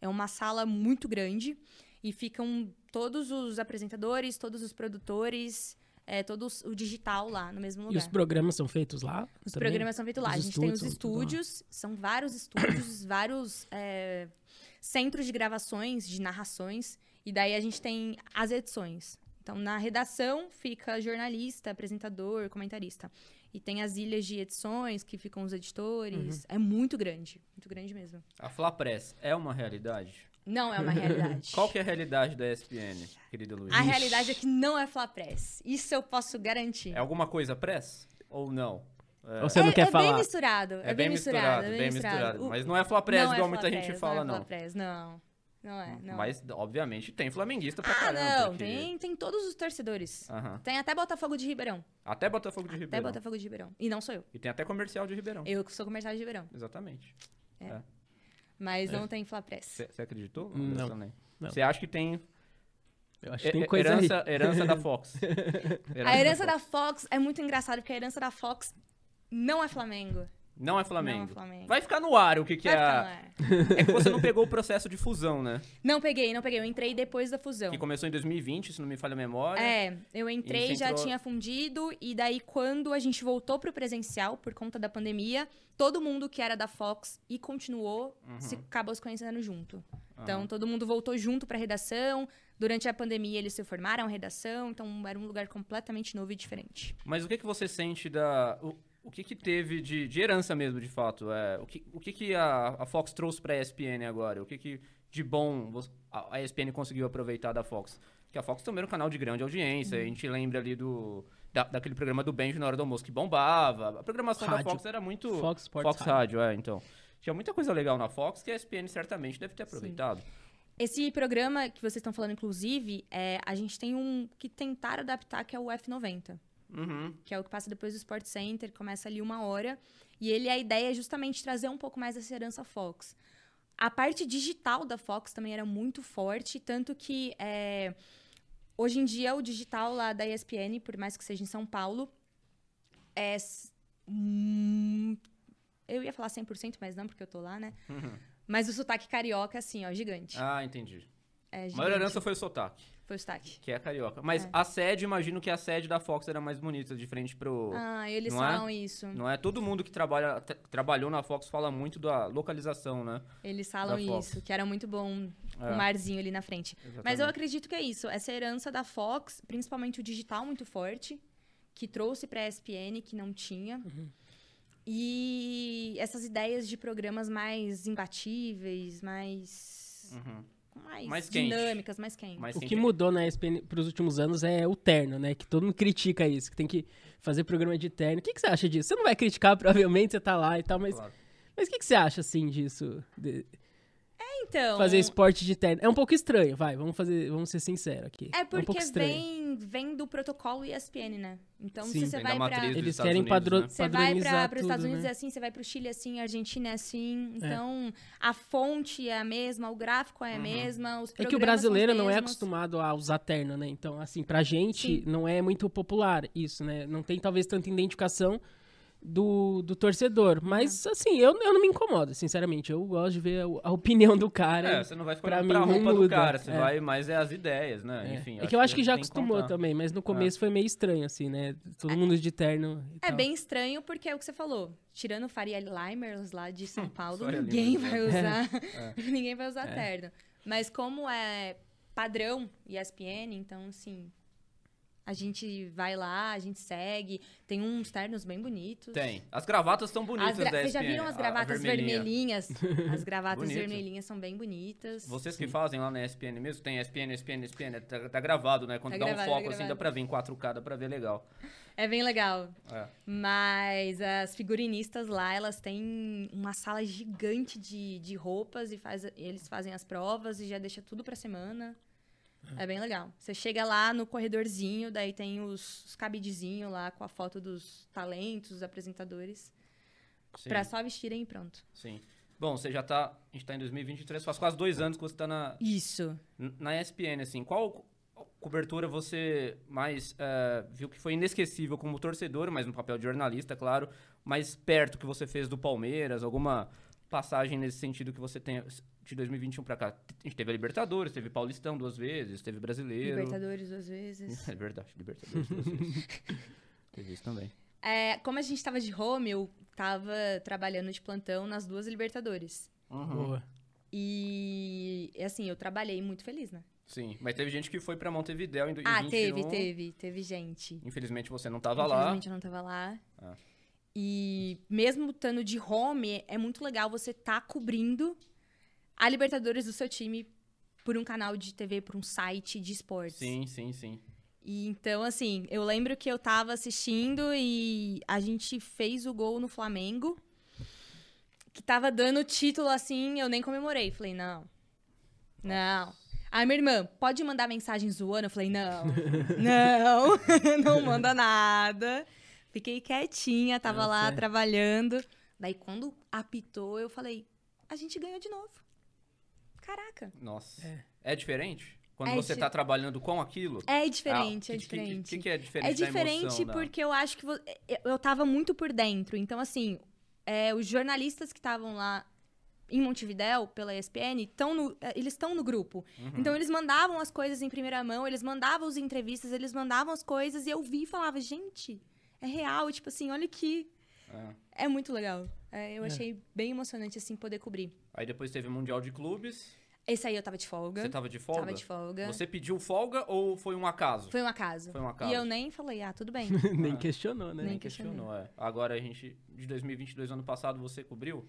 É uma sala muito grande e ficam todos os apresentadores, todos os produtores, é, todo os- o digital lá no mesmo
E os
lugar.
programas são feitos lá?
Os
também?
programas são feitos lá.
Os
A gente tem
estúdios
os
são tudo lá.
estúdios, são vários estúdios, vários é, centros de gravações, de narrações, e daí a gente tem as edições. Então, na redação fica jornalista, apresentador, comentarista. E tem as ilhas de edições que ficam os editores. É muito grande, muito grande mesmo.
A Flapress é uma realidade?
Não é uma realidade.
Qual que é a realidade da ESPN, querido Luiz?
A realidade é que não é Flapress. Isso eu posso garantir.
É alguma coisa press? Ou não? É.
Ou você não
É-
quer
é
falar?
bem misturado. É, bem misturado, é
bem misturado. Mas não é Flapress, igual muita gente fala,
Não é
não.
Flapress, não. Não é, não.
Mas, é um obviamente, tem flamenguista pra
ah,
caramba.
não.
que-
Tem, tem todos os torcedores.
Aham.
Tem até Botafogo de Ribeirão.
Até Botafogo de
Até
Ah. Ribeirão.
Botafogo de Ribeirão. E não sou eu.
E tem até comercial de Ribeirão.
Eu que sou comercial de Ribeirão.
Exatamente.
Mas
É.
não tem Flapress.
Você acreditou?
Não. Não.
Você acha que tem,
Eu acho que
he-
tem coisa aí.
herança, herança da Fox?
A herança da Fox é muito engraçada, porque a herança da Fox não é Flamengo.
Não é Flamengo.
Não é Flamengo.
Vai ficar no ar o que, que
Vai
é.
ficar
a-
no ar.
É que você não pegou o processo de fusão, né?
Não peguei, não peguei. Eu entrei depois da fusão.
Que começou em 2020, se não me falha a memória.
Então. É, eu
E você
entrei, já
entrou-
tinha fundido, e daí quando a gente voltou pro presencial, por conta da pandemia, todo mundo que era da Fox e continuou, se acabou se conhecendo junto. Então, todo mundo voltou junto pra redação. Durante a pandemia, eles se formaram a redação. Então, era um lugar completamente novo e diferente.
Mas o que, que você sente da. O, o que, que teve de, de herança mesmo, de fato? É, o que, o que, que a, a Fox trouxe pra ESPN agora? O que, que de bom vo- a, a ESPN conseguiu aproveitar da Fox? Porque a Fox também era um canal de grande audiência.
Uhum.
A gente lembra ali do. da- daquele programa do Benjo na hora do almoço que bombava. A programação da
Rádio.
Fox era muito.
Fox Sports
Fox Rádio, é, então. Tinha muita coisa legal na Fox que a ESPN certamente deve ter aproveitado.
Esse programa que vocês estão falando, inclusive, é, a gente tem um que tentaram adaptar, que é o F90.
Uhum.
que é o que passa depois do Sport Center, começa ali uma hora. E ele, a ideia é justamente trazer um pouco mais essa herança Fox. A parte digital da Fox também era muito forte, tanto que é, hoje em dia o digital lá da ESPN, por mais que seja em São Paulo, é. s- hum, eu ia falar 100%, mas não, porque eu tô lá, né? Mas o sotaque carioca, assim, ó, gigante.
Uhum. Ah, entendi.
É
A maior
gigante.
herança foi o sotaque.
Foi o sotaque.
Que é carioca. Mas a sede, imagino que a sede da Fox era mais bonita, de frente pro.
Ah, eles
não é?
falam isso.
Não é? Todo mundo que trabalha, tra- trabalhou na Fox fala muito da localização, né?
Eles falam
Da Fox.
isso, que era muito bom o
É.
marzinho ali na frente. Mas
Exatamente.
eu acredito que é isso. Essa herança da Fox, principalmente o digital muito forte, que trouxe pra ESPN, que não tinha.
Uhum.
E essas ideias de programas mais imbatíveis, mais.
Uhum.
Hum.
mais,
Mais quente.
dinâmicas, mais quentes.
Mas
O
sim,
assim, que mudou na ESPN pros últimos anos é o terno, né? Que todo mundo critica isso, que tem que fazer programa de terno. O que, que você acha disso? Você não vai criticar, provavelmente, você tá lá e tal, mas...
Claro.
Mas o que, que você acha, assim, disso? De
então.
fazer esporte de terno? É um pouco estranho, vai, vamos, fazer, vamos ser sinceros aqui.
É
um
porque
pouco estranho.
vem, vem do protocolo ESPN, né? Então,
Sim.
se você
Vem da
vai pra.
matriz dos
Eles
Estados
querem
Unidos,
padro-
né?
Você vai
padronizar
para os Estados
tudo,
Unidos
né?
é assim, você vai para o Chile é assim, a Argentina é assim. Então, a fonte é a mesma, o gráfico é a mesma, os
É
programas
que o brasileiro não é
acostumado.
acostumado a usar terno, né? Então, assim, pra gente não é muito popular isso, né? Não tem talvez tanta identificação do, do torcedor. Mas, assim, eu, eu não me incomodo, sinceramente. Eu gosto de ver a, a opinião do cara.
É, você não vai ficar
pra
olhando pra
mim não
roupa do
muda,
cara, você
é.
vai, mas é as ideias, né?
É.
Enfim.
é que eu acho que É. já
tem
acostumou
contar.
também, mas no começo foi meio estranho, assim, né? Todo mundo de terno. e
É
Então.
tal.
bem estranho porque é o que você falou. Tirando o Faria Limers lá de São Paulo,
só ele
ninguém
mesmo.
vai usar.
É.
ninguém vai usar terno. Mas como é padrão ESPN, então assim, a gente vai lá, a gente segue, tem uns ternos bem bonitos.
Tem. As gravatas estão bonitas,
As gra-
da
Vocês já
ESPN,
viram as
a- a
gravatas
vermelhinha.
vermelhinhas? As gravatas
Bonito.
vermelhinhas são bem bonitas.
Vocês que fazem lá na ESPN mesmo, tem ESPN, ESPN, ESPN, tá, tá gravado, né? Quando
Tá
dá
gravado,
um
tá
foco assim, dá
gravado.
pra ver em 4K, dá pra ver legal.
É bem legal.
É.
Mas as figurinistas lá, elas têm uma sala gigante de, de roupas e faz, eles fazem as provas e já deixa tudo pra semana. É bem legal. Você chega lá no corredorzinho, daí tem os, os cabidezinhos lá com a foto dos talentos, dos apresentadores,
Sim.
pra só vestirem e pronto.
Sim. Bom, você já tá. A gente tá em 2023, faz quase dois anos que você tá na,
Isso.
n- na ESPN, assim. Qual co- cobertura você mais eh, viu que foi inesquecível como torcedor, mas no papel de jornalista, claro, mais perto que você fez do Palmeiras? Alguma passagem nesse sentido que você tenha de 2021 pra cá? A gente teve a Libertadores, teve Paulistão duas vezes, teve Brasileiro.
Libertadores duas vezes.
É verdade, Libertadores duas vezes. teve isso também.
É, como a gente tava de home, eu tava trabalhando de plantão nas duas Libertadores.
Boa.
E, assim, eu trabalhei muito feliz, né?
Sim, mas teve gente que foi pra Montevidéu em do- em
Ah,
21.
teve, teve, teve gente.
Infelizmente você não tava lá.
Infelizmente eu não tava lá.
Ah.
E mesmo estando de home, é muito legal você tá cobrindo a Libertadores do seu time por um canal de TV, por um site de esportes.
Sim, sim, sim.
E então, assim, eu lembro que eu tava assistindo e a gente fez o gol no Flamengo, que tava dando o título assim, eu nem comemorei. Falei, não. Não. Aí minha irmã, pode mandar mensagem zoando? Eu falei, não. não, não manda nada. Fiquei quietinha, tava
Tá
lá
certo.
trabalhando. Daí quando apitou, eu falei, a gente ganhou de novo. Caraca.
Nossa.
É.
É, diferente? Quando
É
você
di-
tá trabalhando com aquilo?
É diferente,
Ah,
é
que- que-
diferente.
que, que é diferente
É
da emoção
diferente
da-
porque eu acho que vo- eu, eu tava muito por dentro. Então, assim, é, os jornalistas que estavam lá em Montevidéu, pela ESPN, tão no- é, eles estão no grupo.
Uhum.
Então, eles mandavam as coisas em primeira mão, eles mandavam as entrevistas, eles mandavam as coisas, e eu vi e falava, gente, é real. Tipo assim, olha que...
É.
É muito legal. É, eu
É.
achei bem emocionante, assim, poder cobrir.
Aí depois teve Mundial de Clubes.
Esse aí eu tava de folga.
Você tava de folga?
Tava de folga.
Você pediu folga ou foi um acaso?
Foi um acaso.
Foi um acaso.
E eu nem falei, ah, tudo bem.
Nem questionou, né?
Nem
Nem questionou, é. Agora a gente, de 2022, ano passado, você cobriu?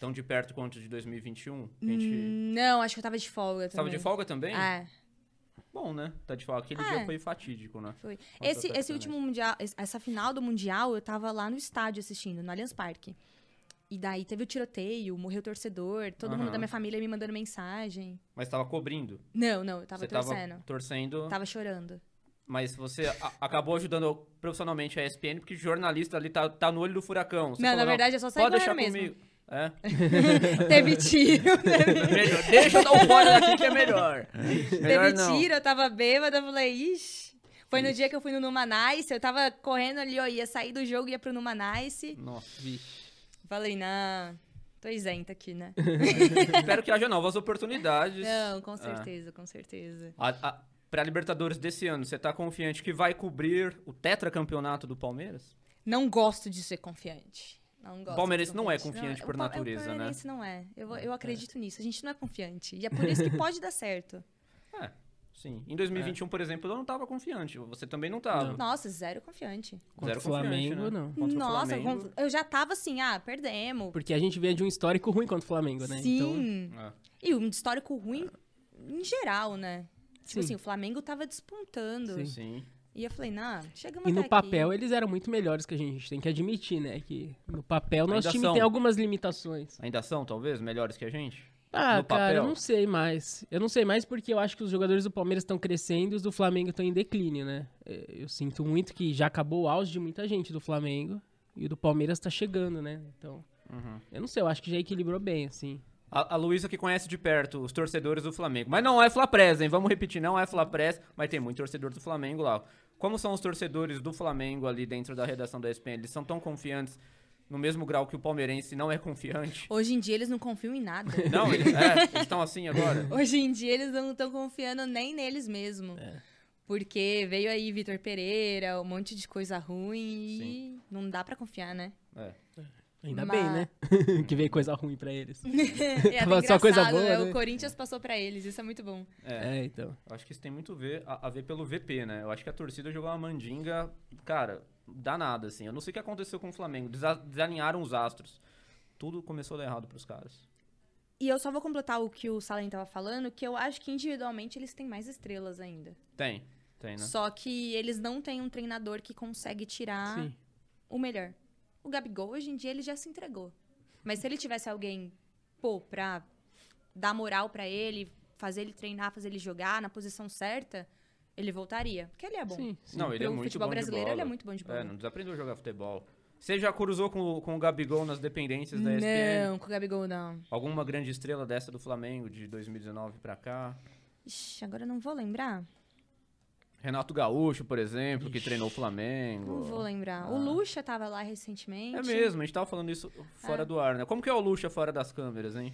Tão de perto quanto de 2021? A gente...
Não, acho que Hum, eu tava de folga
Você tava
também.
de folga também?
É.
Bom, né? Tá de folga. Aquele
Ah, é.
dia foi fatídico, né?
Foi.
Contra
Esse,
o Atlético
esse último mundial, es- essa final do mundial, eu tava lá no estádio assistindo, no Allianz Parque. E daí teve o tiroteio, morreu o torcedor, todo mundo
Aham.
da minha família me mandando mensagem.
Mas tava cobrindo.
Não, não, eu tava
você
torcendo.
tava
Tava...
torcendo,
chorando.
mas você a- acabou ajudando profissionalmente a ESPN, porque jornalista ali tá, tá no olho do furacão. Você
Não,
falou,
na verdade, eu só saí
pode deixar
correndo mesmo.
comigo. É,
teve tiro, teve,
melhor. Deixa eu dar o fora daqui que é melhor. melhor
teve
não.
tiro, eu tava bêbada, eu falei, ixi. Foi no dia que eu fui no Numanice, eu tava correndo ali, ó, ia sair do jogo, ia pro Numanice.
Nossa,
Falei, não, tô isenta aqui, né?
espero que haja novas oportunidades.
não, com
É.
certeza, com certeza.
A, a, pra Libertadores desse ano, você tá confiante que vai cobrir o tetracampeonato do Palmeiras?
Não gosto de ser confiante. Não gosto.
Palmeirense
de ser
não é confiante
Não,
por
o pa-
natureza, né?
o palmeirense não é. Eu, vou- eu acredito nisso. A gente não é confiante. E é por isso que pode dar certo.
É, sim. Em 2021, por exemplo, eu não tava confiante. Você também não tava.
Nossa, zero confiante.
Contra
Zero
o Flamengo,
confiante, né?
não.
Contra o
Nossa,
Flamengo.
eu já tava assim, ah, perdemos.
Porque a gente vem de um histórico ruim contra o Flamengo, né? Então,
Sim.
É.
E um histórico ruim em geral, né? Tipo
Sim.
assim, o Flamengo tava despontando.
Sim.
Sim.
E eu falei, não, chegamos
e no
até
papel
aqui.
eles eram muito melhores que a gente. A gente tem que admitir, né? Que no papel nosso
Ainda
time
são.
tem algumas limitações.
Ainda são, talvez, melhores que a gente?
Ah,
No
cara,
papel?
eu não sei mais. Eu não sei mais porque eu acho que os jogadores do Palmeiras estão crescendo e os do Flamengo estão em declínio, né? É, Eu sinto muito que já acabou o auge de muita gente do Flamengo e o do Palmeiras tá chegando, né? Então,
Uhum.
eu não sei, eu acho que já equilibrou bem, assim.
A, a Luísa que conhece de perto os torcedores do Flamengo. Mas não é Flapress, hein? Vamos repetir, não é Flapress, mas tem muito torcedor do Flamengo lá. Como são os torcedores do Flamengo ali dentro da redação da ESPN? Eles são tão confiantes no mesmo grau que o palmeirense não é confiante?
Hoje em dia eles não confiam em nada.
Não, eles é, eles estão assim agora.
Hoje em dia eles não estão confiando nem neles mesmo.
É.
Porque veio aí Vitor Pereira, um monte de coisa ruim e não dá pra confiar, né?
É.
Ainda
Mas-
bem, né? que veio coisa ruim pra eles.
É
Tava
até
só coisa
engraçado,
boa, né?
O Corinthians passou pra eles, isso é muito bom.
É.
É, então.
Eu Acho que isso tem muito a ver, a, a ver pelo VP, né? Eu acho que a torcida jogou uma mandinga, cara, danada, assim. Eu não sei o que aconteceu com o Flamengo. Desa- desalinharam os astros. Tudo começou a dar errado pros caras.
E eu só vou completar o que o Salem tava falando, que eu acho que individualmente eles têm mais estrelas ainda.
Tem, tem, né?
Só que eles não têm um treinador que consegue tirar
Sim.
o melhor. O Gabigol, hoje em dia, ele já se entregou. Mas se ele tivesse alguém, pô, pra dar moral pra ele, fazer ele treinar, fazer ele jogar na posição certa, ele voltaria. Porque ele é bom.
Sim, sim.
Não, ele é
Pelo
muito
futebol
bom
brasileiro,
de bola.
ele é muito bom de bola.
É, não desaprendeu a jogar futebol. Você já cruzou com, o- com o Gabigol nas dependências da ESPN?
Não, com o Gabigol não.
Alguma grande estrela dessa do Flamengo de 2019 pra cá?
Ixi, agora eu não vou lembrar.
Renato Gaúcho, por exemplo, que
Ixi.
treinou o Flamengo.
Não vou lembrar. O
Ah.
Lucha tava lá recentemente.
É mesmo, a gente tava falando isso fora do ar, né? Como que é o Lucha fora das câmeras, hein?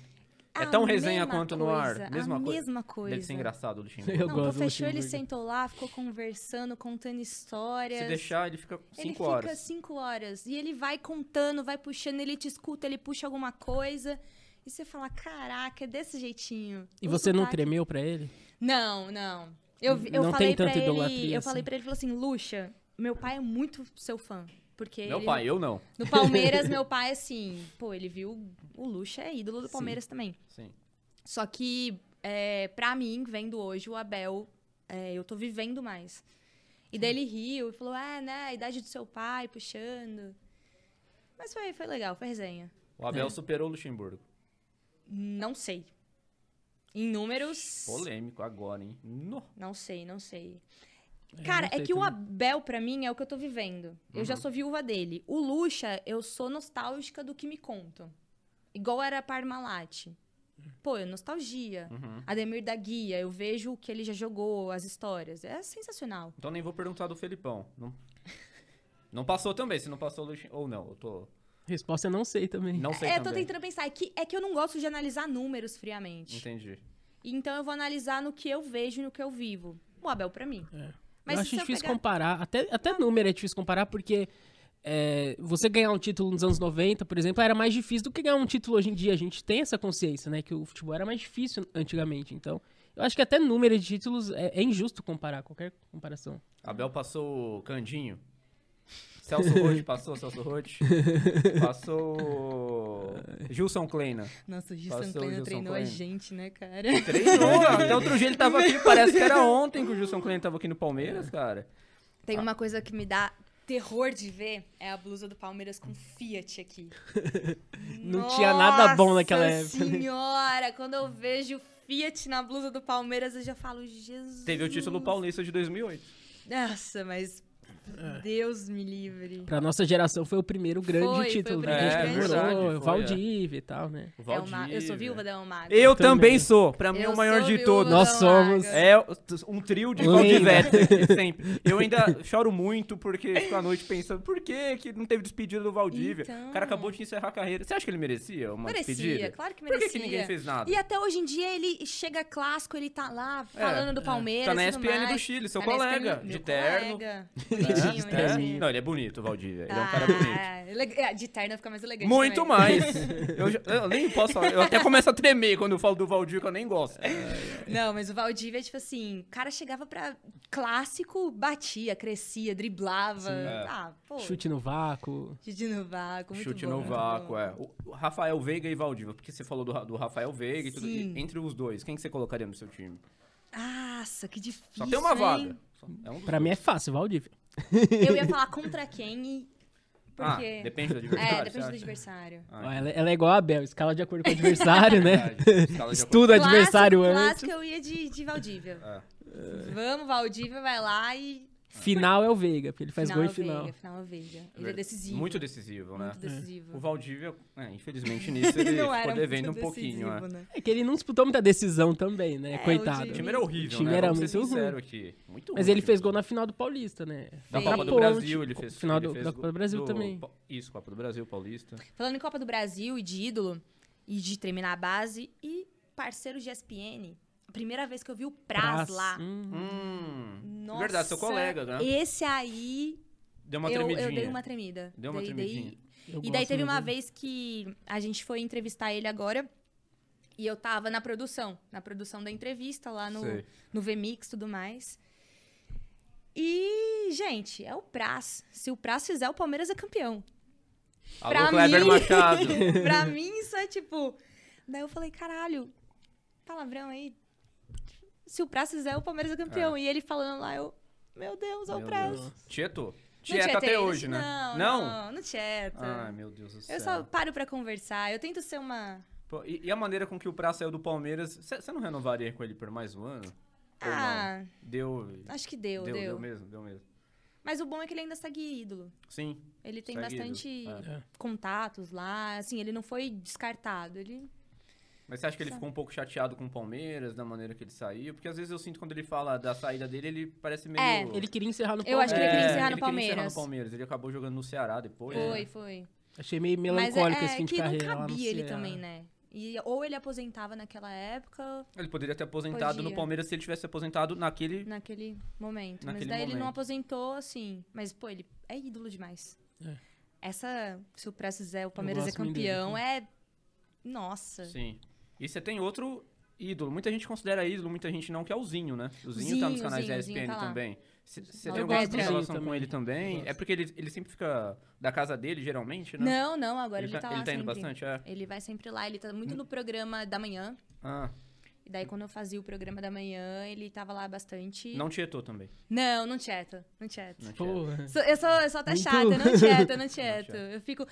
É
A
tão resenha
mesma
quanto no ar.
coisa,
Mesma
a
coisa.
mesma coisa.
Deve ser engraçado, Luxinho.
Eu
Não,
gosto
o
do
fechou, ele
Luxemburgo.
sentou lá, ficou conversando, contando histórias.
Se deixar, ele fica 5
Ele fica assim,
horas.
cinco horas. E ele vai contando, vai puxando, ele te escuta, ele puxa alguma coisa. E você fala, caraca, é desse jeitinho.
E
O
você não
sotaque-
tremeu pra ele?
Não, não. Eu, vi- eu
Não tem
falei pra
tanta
ele,
idolatria,
eu falei
assim.
pra ele, ele falou assim, Luxa, meu pai é muito seu fã, porque
Meu
ele-
pai, eu não.
no Palmeiras meu pai assim, pô, ele viu o Luxa é ídolo do
Sim.
Palmeiras também.
Sim.
Só que, é, pra mim, vendo hoje o Abel, é, eu tô vivendo mais. E daí ele riu e falou, é, né, a idade do seu pai, puxando. Mas foi, foi legal, foi resenha.
O Abel superou o Luxemburgo.
Não sei. Em números,
Polêmico agora, hein? No.
não sei, não sei.
Eu
Cara,
não
é
sei
que o
também. Uhum.
Abel, pra mim, é o que eu tô vivendo. Eu já sou viúva dele. O Lucha, eu sou nostálgica do que me contam. Igual era Parmalat.
Hum.
Pô, é nostalgia.
Uhum.
Ademir da Guia, eu vejo o que ele já jogou, as histórias. É sensacional.
Então nem vou perguntar do Felipão. Não, não passou também, se não passou o Luxemburgo. Ou não, eu tô.
Resposta é não sei também.
Não sei
é, eu tô
também.
tentando pensar. É que, é que eu não gosto de analisar números friamente.
Entendi.
Então eu vou analisar no que eu vejo e no que eu vivo. O Abel, pra mim.
É.
Mas
eu
se
acho
eu
difícil
pegar-
comparar. Até, até número é difícil comparar, porque é, você ganhar um título nos anos 90, por exemplo, era mais difícil do que ganhar um título hoje em dia. A gente tem essa consciência, né? Que o futebol era mais difícil antigamente. Então, eu acho que até número de títulos é, é injusto comparar, qualquer comparação.
Abel passou o Candinho. Celso Roth passou, Celso Roth. Passou. o Gilson Kleina.
Nossa, o
Passou
Gilson
o Kleina Gilson treinou a
treinou
Kleina.
a gente, né, cara?
Treinou, cara. até outro dia ele tava aqui, parece que era ontem que o Gilson Kleina tava aqui no Palmeiras, cara.
Ah.
Tem uma coisa que me dá terror de ver, é a blusa do Palmeiras com Fiat aqui.
Não tinha nada bom naquela
Nossa
época, né?
senhora, quando eu vejo Fiat na blusa do Palmeiras, eu já falo, Jesus.
Teve o título paulista de 2008.
Nossa, mas Deus me livre.
Pra nossa geração foi o primeiro grande
Foi, foi o
título
primeiro
que a
grande
gente
título.
comemorou,
É,
o
foi, é.
Valdívia e tal, né?
O
É uma, eu sou
Valdívia.
viúva da Almagro.
Eu também.
também
sou. Pra mim é
Eu
o maior
sou
de
viúva
todos.
da
Nós somos-
Almagro.
É um trio de
Lembra.
gol de Werther, que sempre. Eu ainda choro muito porque fico à noite pensando por que, que não teve despedida do Valdívia?
Então.
O cara acabou de encerrar a carreira. Você acha que ele merecia uma
Merecia,
despedida?
claro que
Por
merecia.
que, que ninguém fez nada? É,
E até hoje em dia ele chega clássico, ele tá lá falando do Palmeiras.
Tá na
tudo
ESPN do
mais.
Chile, seu
Tá na
colega,
ESPN,
de
meu
terno.
colega.
né?
Bonitinho,
É.
bonitinho.
Não, ele é bonito, o Valdívia. Ele é um cara
Ah,
bonito.
ele- é, De terno fica mais elegante.
Muito
também.
mais. Eu, já- eu nem posso falar. Eu até começo a tremer quando eu falo do Valdívia, que eu nem gosto.
É, Não, mas o Valdívia, tipo assim, o cara chegava pra clássico, batia, crescia, driblava.
é.
Ah, pô. Chute.
Chute no vácuo.
no vácuo, muito
Chute
bom,
no
muito
vácuo,
bom.
é. O o Rafael Veiga e Valdívia, porque você falou do, Ra- do Rafael Veiga e tudo.
Sim.
e- Entre os dois, quem que você colocaria no seu time?
Nossa, que difícil.
Só tem uma
hein?
vaga. Só- É um dos
Pra mim é
dois.
fácil, Valdívia.
Eu ia falar contra quem e.
Ah,
Porque.
depende do adversário.
é, depende
você
do
acha?
adversário.
Ah, É
Ela, ela é igual a Bel, escala de acordo com o adversário, né?
verdade. Escala de
Estuda
Clássico,
adversário antes.
Clássico eu ia de, de Valdívia.
É.
Vamos, Valdívia, vai lá e.
Final é o Veiga, porque ele faz
final
gol em
é
final.
Veiga, final é Veiga. Ele é
acordo.
decisivo.
Muito decisivo, né?
Muito decisivo.
O Valdívia, é, infelizmente nisso ele
não
ficou
era
devendo um
muito
pouquinho.
decisivo,
é.
né?
É que ele não disputou muita decisão também, né?
É,
Coitado.
O
o
time era horrível,
O time
né?
era
Vamos ser
muito
sincero aqui. Muito
Mas
ruim
ele
o time.
fez gol na final do Paulista, né?
Da
Fez.
Copa do
Ponte,
Brasil, ele fez.
Final
ele
do-
fez
da
gol-
Copa do Brasil
do-
também.
Pa- Isso, Copa do Brasil, Paulista.
Falando em Copa do Brasil e de ídolo, e de terminar a base, e parceiro de ESPN, a primeira vez que eu vi o Praz,
Praz.
lá.
Hum.
Hum.
Nossa,
Verdade, seu colega, né?
Esse aí,
Deu uma
eu,
tremidinha.
eu dei uma tremida.
Deu uma
Dei- dei-
tremidinha.
Eu
E daí
gosto
teve
muito
uma
dele.
vez que a gente foi entrevistar ele agora, e eu tava na produção, na produção da entrevista, lá no,
Sei.
no VMix e tudo mais. E, gente, é o Praz. Se o Praz fizer, o Palmeiras é campeão.
Alô,
Pra
Kleber
mim-
Machado.
pra mim, isso é tipo. Daí eu falei, caralho, palavrão aí. Se o Praça quiser, o Palmeiras é campeão. E ele falando lá, eu. Meu Deus, é o
Meu
Praça.
Deus. Tieto? Tieta até
ele,
hoje, né?
Não,
Não? Ah,
não, não tieta.
Ai, meu Deus do céu.
eu só paro pra conversar. Eu tento ser uma.
Pô, e, e a maneira com que o Praça saiu do Palmeiras, você não renovaria com ele por mais um ano? Ou não?
Ah,
Deu,
acho que deu, deu.
deu, mesmo, deu mesmo.
Mas o bom é que ele ainda segue ídolo.
Sim.
Ele tem
segue
bastante
ídolo. É.
É.
contatos lá. Assim, ele não foi descartado. Ele.
Mas você acha que ele ficou um pouco chateado com o Palmeiras, da maneira que ele saiu? Porque às vezes eu sinto quando ele fala da saída dele, ele parece meio...
É,
Ele queria encerrar no
Eu acho que ele
É,
Palmeiras.
queria encerrar no
no
Palmeiras.
Palmeiras. Ele acabou jogando no Ceará depois.
Foi,
né?
foi.
Achei meio melancólico
Mas é,
esse fim
é
de
que
carreira.
não
lá no
cabia ele
Ceará.
também, né? E, ou ele aposentava naquela época,
Ele poderia ter aposentado no
Podia.
Palmeiras se ele tivesse aposentado naquele...
naquele momento.
Naquele
mas daí ele não
momento.
aposentou, assim. Mas, pô, ele é ídolo demais.
É.
Essa, se o Prestes é o Palmeiras é
gosto muito
campeão, é Nossa.
Sim. E você tem outro ídolo. Muita gente considera ídolo, muita gente não, que é o Zinho, né? O Zinho, tá nos
Zinho,
canais da
Zinho, Zinho
ESPN
tá lá.
também. C- Você
Eu
tem alguma
gosto do Zinho
relação com
também.
ele
Eu
também?
gosto.
É porque ele, ele sempre fica da casa dele, geralmente, né?
Não, não, agora ele,
ele,
tá
ele
lá
tá indo
sempre.
bastante, é.
Ele vai sempre lá, ele tá muito no programa da manhã.
Ah,
E daí, quando eu fazia o programa da manhã, ele tava lá bastante.
não tietou também. né?
não, não tieto, não tieto.
Não tietou.
Porra.
Sou- eu, sou, eu sou até
Muito.
chata, eu não tieto, eu não tieto.
tieto.
Eu fico.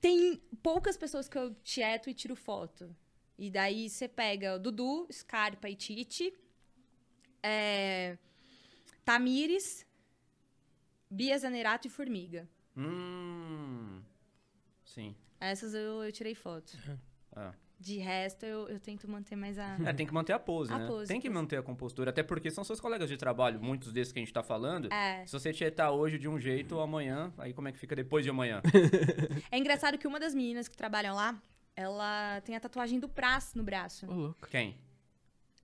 Tem poucas pessoas que eu tieto e tiro foto. E daí você pega Dudu, Scarpa e Tite, é, Tamires, Bia Zanerato e Formiga.
Hum. Sim.
Essas eu, eu tirei foto.
Ah.
De resto, eu, eu tento manter mais a.
É, tem que manter a pose,
A
né?
pose,
tem que
pose.
manter a compostura, até porque são seus colegas de trabalho, muitos desses que a gente tá falando.
É.
Se você tietar hoje de um jeito, amanhã, aí como é que fica depois de amanhã?
É engraçado que uma das meninas que trabalham lá, ela tem a tatuagem do Praz no braço.
Ô, louco.
Quem?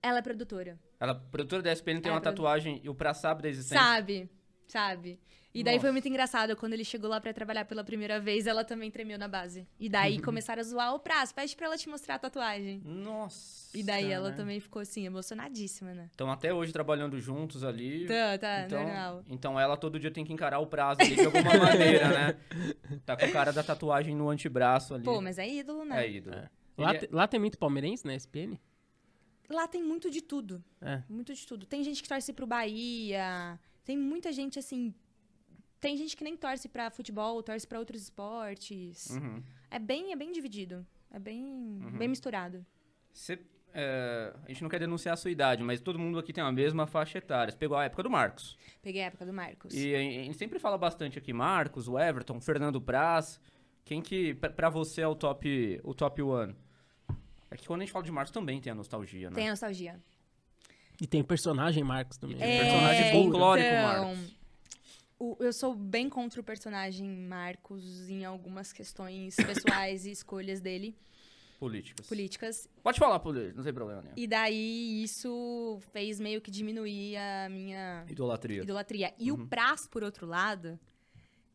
Ela é produtora.
Ela, produtora da SPN, tem
É,
uma
produ-
tatuagem e o Pra sabe da existência.
Sabe? Sabe? E daí
Nossa.
foi muito engraçado. Quando ele chegou lá pra trabalhar pela primeira vez, ela também tremeu na base. E daí começaram a zoar o Praz. Pede pra ela te mostrar a tatuagem.
Nossa.
E daí ela
né?
também ficou assim, emocionadíssima, né?
Estão até hoje trabalhando juntos ali.
Tá, tá,
então,
normal.
então ela todo dia tem que encarar o prazo ali de alguma maneira, né? Tá com o cara da tatuagem no antebraço ali.
Pô, mas é ídolo, né?
É ídolo.
Lá,
Ele é-
te- lá tem muito palmeirense né? na SPN?
Lá tem muito de tudo.
É.
Muito de tudo. Tem gente que torce pro Bahia. Tem muita gente, assim... Tem gente que nem torce pra futebol, torce pra outros esportes.
Uhum.
É bem, é bem dividido. É bem, bem misturado.
Você, é, a gente não quer denunciar a sua idade, mas todo mundo aqui tem a mesma faixa etária. Você pegou a época do Marcos.
Peguei a época do Marcos.
E a gente sempre fala bastante aqui, Marcos, o Everton, Fernando Praz. Quem que, pra- pra você, é o top, o top one? É que quando a gente fala de Marcos também tem a nostalgia, né?
Tem a nostalgia.
E tem o personagem Marcos também.
tem É, então, personagem folclórico, Marcos.
o- eu sou bem contra o personagem Marcos em algumas questões pessoais e escolhas dele,
Políticas.
políticas.
Pode falar, política, não tem problema nenhum.
E daí isso fez meio que diminuir a minha
Idolatria. Uhum.
idolatria. E o Praz, por outro lado,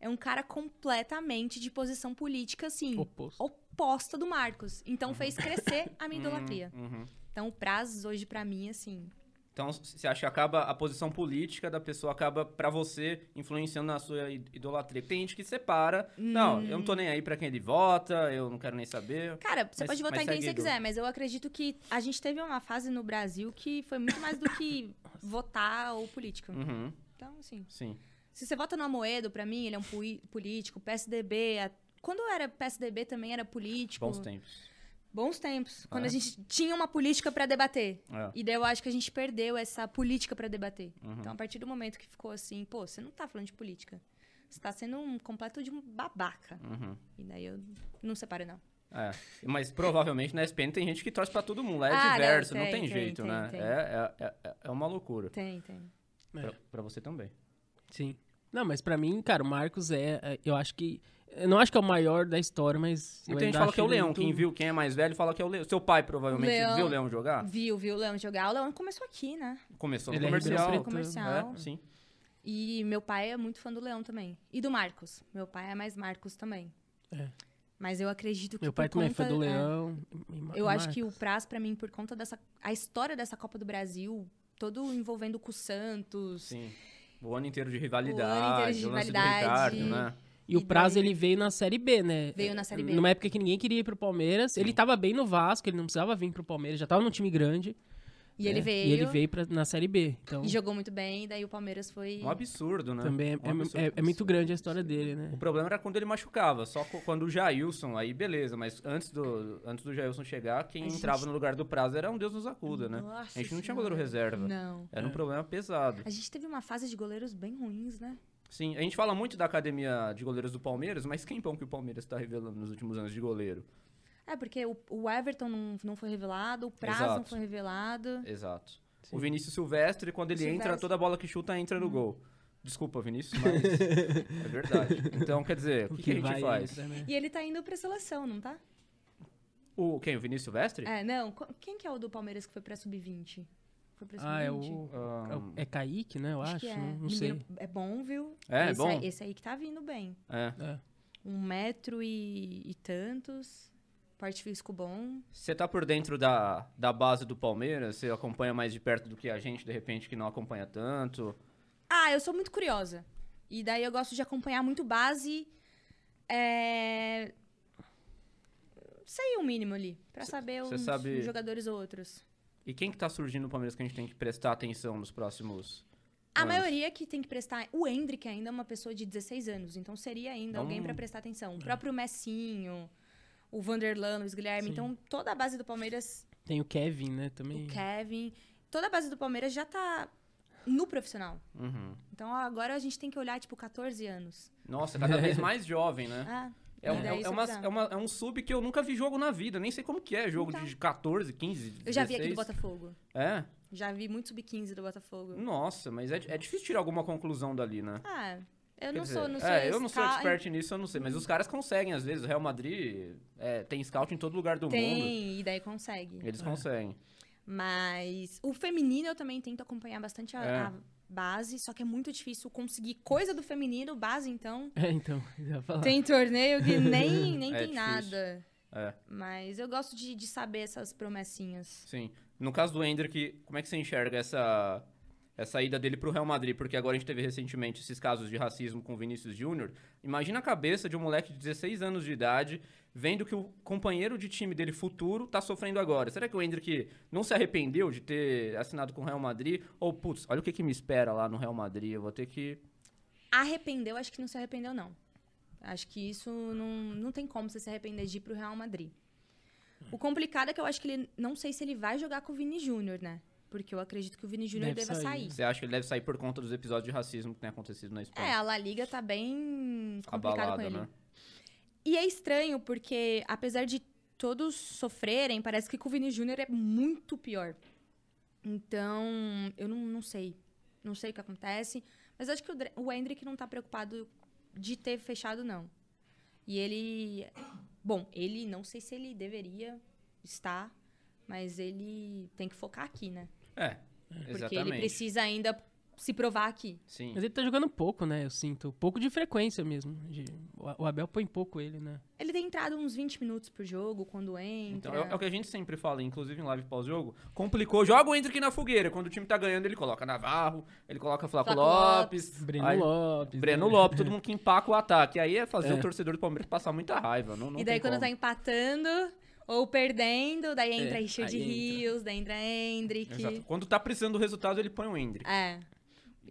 é um cara completamente de posição política, assim,
Oposto.
oposta do Marcos. Então fez crescer a minha
Hum,
idolatria.
uhum.
Então o Praz, hoje, pra mim, assim,
Então, c- você acha que acaba a posição política da pessoa acaba pra você influenciando na sua i- idolatria? Tem gente que separa. Não, eu não tô nem aí pra quem ele vota, eu não quero nem saber.
Cara, você
Mas-
pode votar
mas
em
segue
quem você
ídolo.
quiser, mas eu acredito que a gente teve uma fase no Brasil que foi muito mais do que votar ou político.
Uhum,
Então, assim.
sim.
Se você vota no Amoedo, pra mim, ele é um pui- político, PSDB. a- Quando eu era PSDB também era político.
Bons tempos.
Bons tempos. Quando
É.
a gente tinha uma política pra debater.
É.
E daí eu acho que a gente perdeu essa política pra debater.
Uhum.
Então, a partir do momento que ficou assim, pô, você não tá falando de política. Você tá sendo um completo de um babaca.
Uhum.
E daí eu não separo, não.
É. Mas provavelmente na SPN tem gente que torce pra todo mundo. É
Ah, não,
diverso, não,
tem,
tem,
tem,
jeito,
tem,
né?
tem.
É, é- é- é uma loucura.
Tem, tem.
É.
Pra, pra você também.
Sim. Não, mas pra mim, cara, o Marcos é. é- Eu acho que. Eu não acho que é o maior da história, mas. eu
Muita gente
ainda
fala
acho
que é o
ele
Leão.
muito-
Quem viu, quem é mais velho, fala que é o Leão. Seu pai provavelmente
Leão.
viu o Leão jogar?
Viu, viu o Leão jogar? O Leão começou aqui, né?
Começou no
Ele é
comercial.
ribeirão preto.
comercial.
É, sim.
E meu pai é muito fã do Leão também. E do Marcos. Meu pai é mais Marcos também.
É.
Mas eu acredito que
Meu pai
por
também
conta,
foi do
é,
Leão. e- e Ma-
eu acho que o
Marcos.
Praz, pra mim, por conta dessa... A história dessa Copa do Brasil, todo envolvendo com o Santos.
Sim. O ano inteiro de rivalidade.
de
o lance do
rivalidade.
Ricardo, né?
E o
e
prazo
daí-
ele veio na Série B, né?
Veio na Série B.
Numa época que ninguém queria ir pro Palmeiras. Ele tava bem no Vasco, ele não precisava vir pro Palmeiras, já tava num time grande.
E
né?
ele veio.
E ele veio pra- na Série B. Então,
e jogou muito bem. E daí o Palmeiras foi...
Um absurdo, né?
também é,
Um absurdo.
é- é muito grande a história dele, né?
O problema era quando ele machucava, só co- quando o Jailson, aí beleza, mas antes do, antes do Jailson chegar, quem
A gente-
entrava no lugar do prazo era um Deus nos acuda, né?
Nossa
a gente não tinha
Senhora.
goleiro reserva.
Não.
Era um problema pesado.
A gente teve uma fase de goleiros bem ruins, né?
Sim, a gente fala muito da academia de goleiros do Palmeiras, mas quem pão que o Palmeiras tá revelando nos últimos anos de goleiro?
É, porque o, o Everton não, não foi revelado, o Praz não
Exato.
foi revelado.
Exato. O Vinícius Silvestre, quando ele entra,
Silvestre. Hum.
toda bola que chuta entra no gol. Desculpa, Vinícius, mas é verdade. Então, quer dizer, o que, que a gente
vai
faz?
entra, né?
E ele tá indo pra seleção, não tá?
O quem? O Vinícius Silvestre?
É, não. qu- Quem que é o do Palmeiras que foi pra sub-20? Foi pra sub-20?
Ah, é o. é o- É Kaique, né? Eu acho.
que é.
Não, não
Menino
sei.
É bom, viu?
É, é
esse
bom?
Aí, esse aí que tá vindo bem.
É.
É.
Um metro e, e tantos. Porte físico bom.
Você tá por dentro da, da base do Palmeiras? Você acompanha mais de perto do que a gente, de repente, que não acompanha tanto?
Ah, eu sou muito curiosa. E daí eu gosto de acompanhar muito base. É... Sei o mínimo ali. Pra saber
cê
uns,
sabe-
uns jogadores ou outros.
E quem que tá surgindo no Palmeiras que a gente tem que prestar atenção nos próximos
A
anos?
maioria que tem que prestar. O Hendrick ainda é uma pessoa de 16 anos, então seria ainda
Não-
alguém pra prestar atenção. O
é.
próprio Messinho, o Vanderlan, o Luiz Guilherme.
Sim.
Então toda a base do Palmeiras,
Tem o Kevin, né? Também.
o Kevin, toda a base do Palmeiras já tá no profissional.
Uhum.
Então agora a gente tem que olhar, tipo, 14 anos.
Nossa, cada vez mais jovem, né?
Ah,
É um,
e
é,
daí
é
isso
uma-
dá.
é uma- é um sub que eu nunca vi jogo na vida, nem sei como que é, jogo
Então.
de 14, 15, 16.
Eu já vi aqui do Botafogo.
É?
Já vi muito sub-15 do Botafogo.
Nossa, mas é, é difícil tirar alguma conclusão dali, né?
Ah, eu
Quer
não
dizer,
sou, não sou.
é, eu não sou
scout-
expert nisso, eu não sei, mas os caras conseguem, às vezes, o Real Madrid é, tem scout em todo lugar do mundo, É.
Tem, e daí consegue.
eles conseguem.
Mas o feminino eu também tento acompanhar bastante a,
É.
a base, só que é muito difícil conseguir coisa do feminino, base então.
É, então. já ia falar.
Tem torneio que nem, nem
É
tem
difícil.
nada.
É.
Mas eu gosto de, de saber essas promessinhas.
Sim. No caso do Hendrick, como é que você enxerga essa, essa ida dele pro Real Madrid? Porque agora a gente teve recentemente esses casos de racismo com o Vinícius Júnior. Imagina a cabeça de um moleque de 16 anos de idade vendo que o companheiro de time dele futuro tá sofrendo agora. Será que o Hendrick não se arrependeu de ter assinado com o Real Madrid? Ou, putz, olha o que, que me espera lá no Real Madrid, eu vou ter que...
Arrependeu, acho que não se arrependeu, não. Acho que isso não, não tem como você se arrepender de ir pro Real Madrid. O complicado é que eu acho que ele. Não sei se ele vai jogar com o Vini Júnior, né? Porque eu acredito que o Vini Júnior
Deve
deva
sair.
sair.
Você acha que ele deve sair por conta dos episódios de racismo que tem acontecido na Espanha?
É, a La Liga tá bem complicada com
né? Abalada,
ele.
né?
E é estranho, porque apesar de todos sofrerem, parece que com o Vini Júnior é muito pior. Então, eu não, não sei. Não sei o que acontece. Mas acho que o, Dre- o Hendrick não tá preocupado de ter fechado, não. E ele. Bom, ele não sei se ele deveria estar, mas ele tem que focar aqui, né?
É,
Porque
exatamente.
ele precisa ainda se provar aqui.
Sim.
Mas ele tá jogando pouco, né? Eu sinto. Pouco de frequência mesmo. de- O o Abel põe pouco ele, né?
Ele tem entrado uns 20 minutos por jogo, quando entra.
Então, é, é o que a gente sempre fala, inclusive em live pós-jogo. Complicou, joga o Hendrick na fogueira. Quando o time tá ganhando, ele coloca Navarro, ele coloca Flávio
Flávio
Lopes.
Breno
aí-
Lopes.
Breno
né?
Lopes, todo mundo que empaca o ataque. Aí é fazer
É.
o torcedor do Palmeiras passar muita raiva. Não, não
e daí
tem
quando
como.
tá empatando ou perdendo, daí entra
É,
Richard
aí entra.
Rios, daí entra Hendrick.
Exato. Quando tá precisando do resultado, ele põe o Hendrick.
É.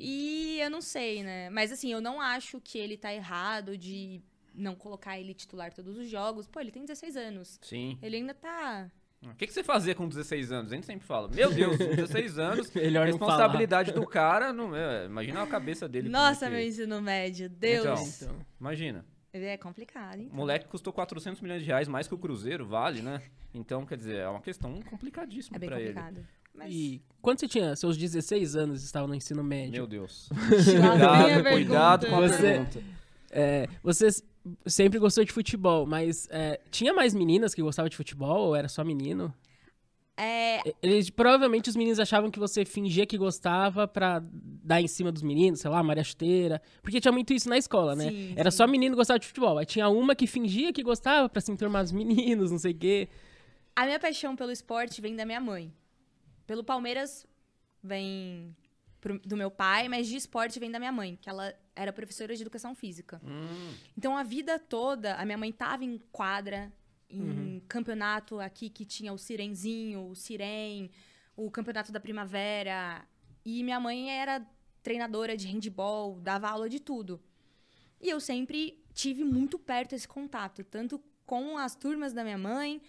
E eu não sei, né? Mas assim, eu não acho que ele tá errado de não colocar ele titular todos os jogos. Pô, ele tem 16 anos.
Sim.
Ele ainda tá.
O que, que você fazia com 16 anos? A gente sempre fala. Meu Deus, 16 anos,
Melhor não falar.
responsabilidade do cara. Não, é, imagina a cabeça dele. como é
Nossa,
que-
meu ensino médio, Deus.
Então.
Então,
Imagina.
É complicado, hein?
O moleque custou 400 milhões de reais, mais que o Cruzeiro, vale, né? Então, quer dizer, é uma questão complicadíssima
É bem
pra ele.
complicado. Mas.
E quando você tinha seus 16 anos e estava no ensino médio,
Meu Deus.
Lá vem
Cuidado,
a pergunta.
cuidado com a
Você-
pergunta.
é, você s- sempre gostou de futebol, mas é, tinha mais meninas que gostavam de futebol ou era só menino?
É,
E- Eles, provavelmente os meninos achavam que você fingia que gostava pra dar em cima dos meninos, sei lá, Maria Chuteira. Porque tinha muito isso na escola, né?
Sim,
era
sim.
só menino que gostava de futebol. Aí tinha uma que fingia que gostava pra se enturmar dos meninos, não sei o quê.
A minha paixão pelo esporte vem da minha mãe. Pelo Palmeiras vem pro- do meu pai, mas de esporte vem da minha mãe, que ela era professora de educação física.
Hum,
Então a vida toda, a minha mãe tava em quadra, em campeonato aqui que tinha o Sirenzinho, o Sirém, o campeonato da primavera. E minha mãe era treinadora de handball, dava aula de tudo. E eu sempre tive muito perto esse contato, tanto com as turmas da minha mãe,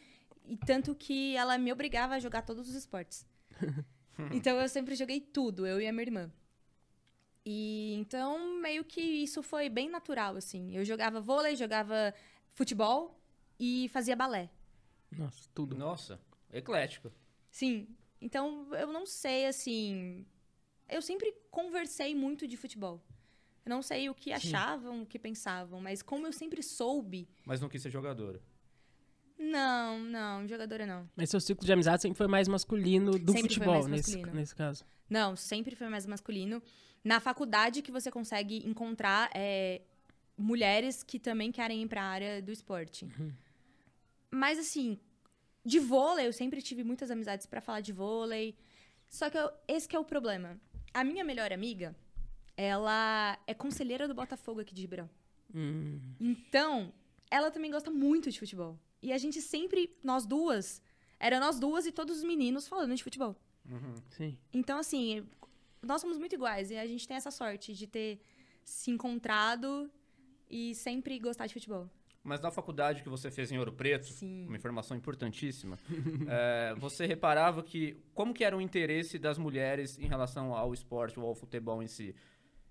e tanto que ela me obrigava a jogar todos os esportes. então eu sempre joguei tudo, eu e a minha irmã. E então meio que isso foi bem natural assim. Eu jogava vôlei, jogava futebol e fazia balé.
Nossa, tudo.
nossa, eclético.
Sim. Então eu não sei assim, eu sempre conversei muito de futebol. Eu não sei o que achavam, o que pensavam, mas como eu sempre soube,
Mas não quis ser jogadora.
não, não, jogadora não.
Mas seu ciclo de amizade sempre foi mais masculino do
Sempre foi
futebol,
mais
nesse,
masculino.
nesse caso.
Não, sempre foi mais masculino. Na faculdade que você consegue encontrar é, mulheres que também querem ir para a área do esporte. Mas assim, de vôlei, eu sempre tive muitas amizades pra falar de vôlei. Só que eu- esse que é o problema. A minha melhor amiga, ela é conselheira do Botafogo aqui de Ribeirão.
Hum,
Então, ela também gosta muito de futebol. E a gente sempre, nós duas, era nós duas e todos os meninos falando de futebol.
Uhum.
sim.
Então, assim, nós somos muito iguais e a gente tem essa sorte de ter se encontrado e sempre gostar de futebol.
Mas na faculdade que você fez em Ouro Preto,
Sim.
uma informação importantíssima, é, você reparava que como que era o interesse das mulheres em relação ao esporte ou ao futebol em si?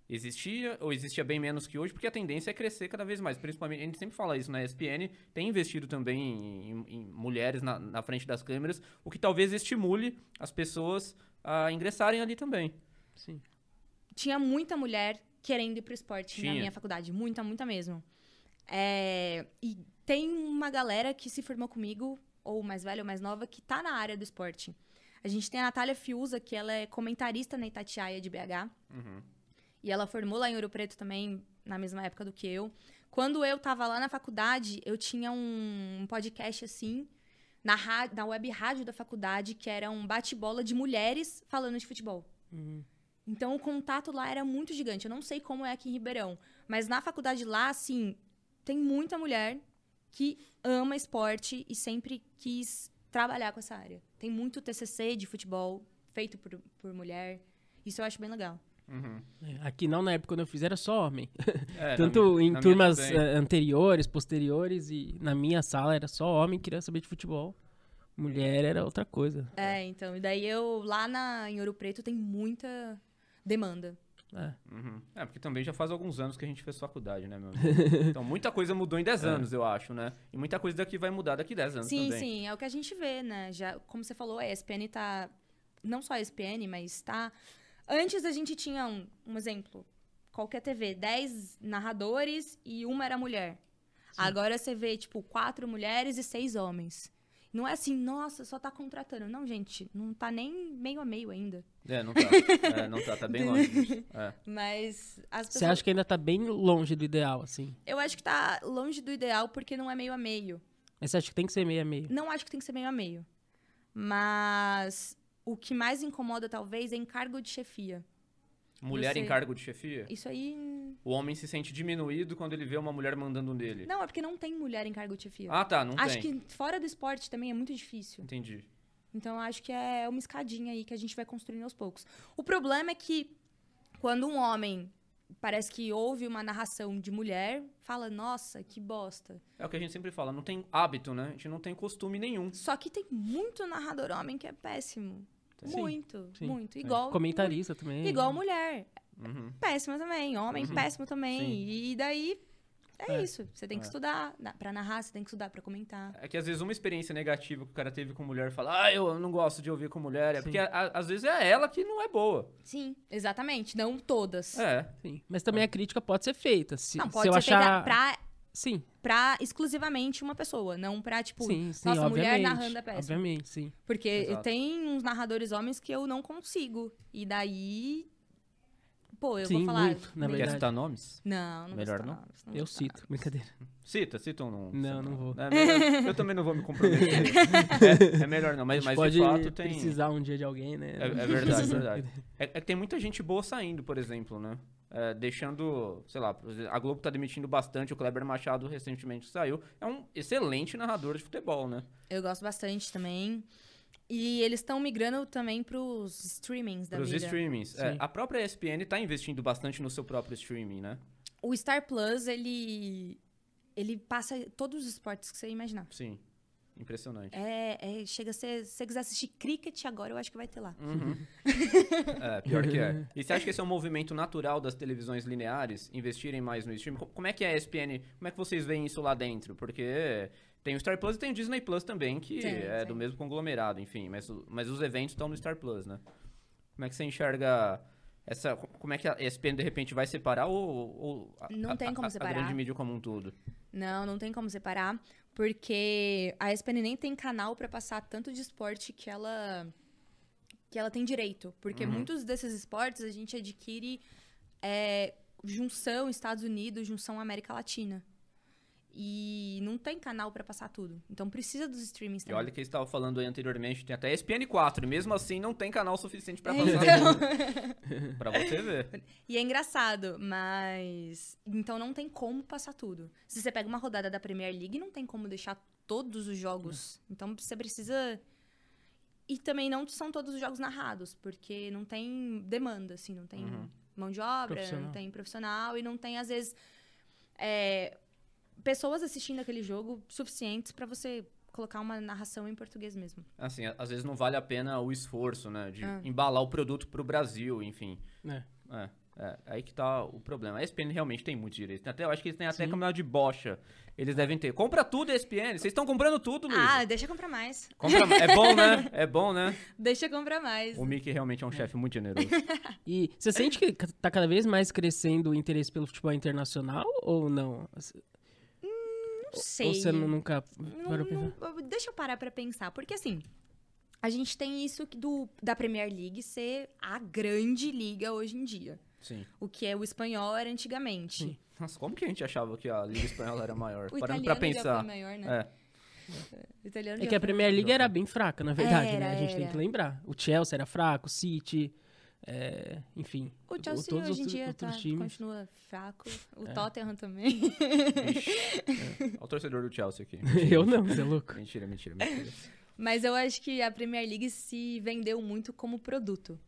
Existia ou existia bem menos que hoje? Porque a tendência é crescer cada vez mais. Principalmente, a gente sempre fala isso, né? A ESPN tem investido também em, em mulheres na, na frente das câmeras, o que talvez estimule as pessoas a ingressarem ali também.
Sim.
Tinha muita mulher querendo ir pro esporte
Tinha.
na minha faculdade. Muita, muita mesmo. É, E tem uma galera que se formou comigo, ou mais velha ou mais nova, que tá na área do esporte. A gente tem a Natália Fiuza, que ela é comentarista na Itatiaia de BH. E ela formou lá em Ouro Preto também, na mesma época do que eu. Quando eu tava lá na faculdade, eu tinha um, um podcast assim, na, ra- na web rádio da faculdade, que era um bate-bola de mulheres falando de futebol. Então o contato lá era muito gigante. Eu não sei como é aqui em Ribeirão, mas na faculdade lá, assim, tem muita mulher que ama esporte e sempre quis trabalhar com essa área. Tem muito TCC de futebol feito por, por mulher. Isso eu acho bem legal.
É, Aqui não, na época quando eu fiz, era só homem.
É, na
Tanto
mi-
em
na minha
turmas
também.
eh, anteriores, posteriores, e na minha sala era só homem que queria saber de futebol. Mulher era outra coisa.
É, então. E daí eu, lá na, em Ouro Preto, tem muita demanda.
É.
Uhum. É, porque também já faz alguns anos que a gente fez faculdade, né, meu amigo? Então muita coisa mudou em 10 anos, eu acho, né? E muita coisa daqui vai mudar daqui 10 anos
É. Sim,
também.
sim, é o que a gente vê, né? Já, como você falou, a ESPN tá. Não só a ESPN, mas tá. Antes a gente tinha um, um exemplo. Qualquer TV, 10 narradores e uma era mulher. Agora você vê, tipo, quatro mulheres e seis homens. Não é assim, nossa, só tá contratando. Não, gente, não tá nem meio a meio ainda.
É, não tá. É, não tá, tá bem longe. disso. É.
Mas as pessoas.
Você acha que ainda tá bem longe do ideal, assim?
Eu acho que tá longe do ideal porque não é meio a meio.
Mas você acha que tem que ser meio a meio?
Não acho que tem que ser meio a meio. Mas o que mais incomoda, talvez, é encargo de chefia.
Mulher em
Você-
cargo de chefia?
Isso aí. hum,
O homem se sente diminuído quando ele vê uma mulher mandando nele.
Não, é porque não tem mulher em cargo de chefia.
Ah, tá, não
acho
tem.
que fora do esporte também é muito difícil.
Entendi.
Então eu acho que é uma escadinha aí que a gente vai construindo aos poucos. O problema é que quando um homem parece que ouve uma narração de mulher, fala, nossa, que bosta.
É o que a gente sempre fala, não tem hábito, né? A gente não tem costume nenhum.
Só que tem muito narrador homem que é péssimo.
Sim,
muito,
sim. É.
muito. Igual.
Comentarista também.
Igual mulher.
Uhum.
péssima também, homem péssimo também.
Sim.
E daí é,
É.
isso. Você tem que
É.
estudar na- pra narrar, você tem que estudar pra comentar.
É que às vezes uma experiência negativa que o cara teve com mulher fala, ah, eu não gosto de ouvir com mulher. É
Sim.
porque a- a- às vezes é ela que não é boa.
Sim, exatamente. Não todas.
É.
Sim. Mas também a crítica pode ser feita. Se,
Não,
se
pode
eu
ser
achar...
feita pra,
Sim,
pra exclusivamente uma pessoa, não pra, tipo,
sim, sim,
nossa, mulher
obviamente.
narrando é péssimo.
obviamente, sim.
Porque
Exato.
tem uns narradores homens que eu não consigo. E daí. Pô, eu
Sim,
vou falar.
muito, na
bem-
Quer
verdade.
citar nomes?
Não, não
Melhor
vou
não?
citar nomes, não vou
Eu
citar
cito, brincadeira.
Cita, cita ou não?
Não, não vou.
É melhor- eu também não vou me comprometer. é, é melhor não,
A
mas,
gente
mas
pode
de fato tem.
precisar um dia de alguém, né?
É, é verdade, é verdade. É, é que tem muita gente boa saindo, por exemplo, né? É, deixando, sei lá, por exemplo, a Globo tá demitindo bastante, o Kleber Machado recentemente saiu. É um excelente narrador de futebol, né?
Eu gosto bastante também. E eles estão migrando também pros streamings da
Para os
vida.
streamings. É,
Sim.
a própria ESPN tá investindo bastante no seu próprio streaming, né?
O Star Plus, ele. Ele passa todos os esportes que você imaginar.
Sim. Impressionante.
É, é- chega a ser. Se você quiser assistir cricket agora, eu acho que vai ter lá.
Uhum. é, pior que é. E você acha que esse é um movimento natural das televisões lineares investirem mais no streaming? Co- Como é que é a ESPN? Como é que vocês veem isso lá dentro? Porque tem o Star Plus e tem o Disney Plus também, que
Tem,
é
tem.
do mesmo conglomerado, enfim. Mas, o- mas os eventos estão no Star Plus, né? Como é que você enxerga essa. co- Como é que a ESPN de repente vai separar ou. ou a-
Não
a-
tem como
a- A
separar.
grande mídia como um todo.
Não, não tem como separar, porque a ESPN nem tem canal pra passar tanto de esporte que ela que ela tem direito, porque
Uhum.
muitos desses esportes a gente adquire é, junção Estados Unidos, junção América Latina. E não tem canal pra passar tudo. Então precisa dos streamings
E
também.
olha que eu estava falando aí anteriormente, tem até ESPN 4, e mesmo assim não tem canal suficiente pra
É,
passar
então.
tudo, pra você ver.
E é engraçado, mas. Então não tem como passar tudo. Se você pega uma rodada da Premier League, não tem como deixar todos os jogos. Então você precisa. E também não são todos os jogos narrados, porque não tem demanda, assim, não tem
Uhum.
mão de obra,
Profissional.
não tem profissional e não tem, às vezes, é, pessoas assistindo aquele jogo suficientes pra você colocar uma narração em português mesmo.
Assim, a- às vezes não vale a pena o esforço, né, de
Ah.
embalar o produto pro Brasil, enfim.
É.
É, é, aí que tá o problema. A ESPN realmente tem muitos direitos. Tem Até, eu acho que eles têm até
Sim.
campeonato de bocha. Eles devem ter. Compra tudo, ESPN. Vocês estão comprando tudo, Luiz.
Ah, deixa eu comprar mais.
Compra... é bom, né? É bom, né?
Deixa eu comprar mais.
O Mickey realmente é um chefe muito generoso.
E você sente que ca- tá cada vez mais crescendo o interesse pelo futebol internacional ou não?
Não sei.
Ou você nu- nunca
Não-
parou pra
não-
pensar?
deixa eu parar pra pensar, porque assim, a gente tem isso que do, da Premier League ser a grande liga hoje em dia,
Sim.
o que é o espanhol era antigamente.
Sim.
Nossa, como que a gente achava que a Liga Espanhola era maior?
O
Parando
italiano
pra
já
pensar.
foi maior, né?
É.
O italiano
É
já
que a
foi-
Premier League era bem fraca, na verdade, né? A
Era,
gente tem
era.
que lembrar. O Chelsea era fraco, o City, é, enfim.
O Chelsea
todos os
hoje em
outros-
dia
outros
tá-
times. É.
continua fraco, o Tottenham também.
Ixi. É. Olha o torcedor do Chelsea aqui.
Eu não, você é louco.
Mentira, mentira, mentira.
Mas eu acho que a Premier League se vendeu muito como produto.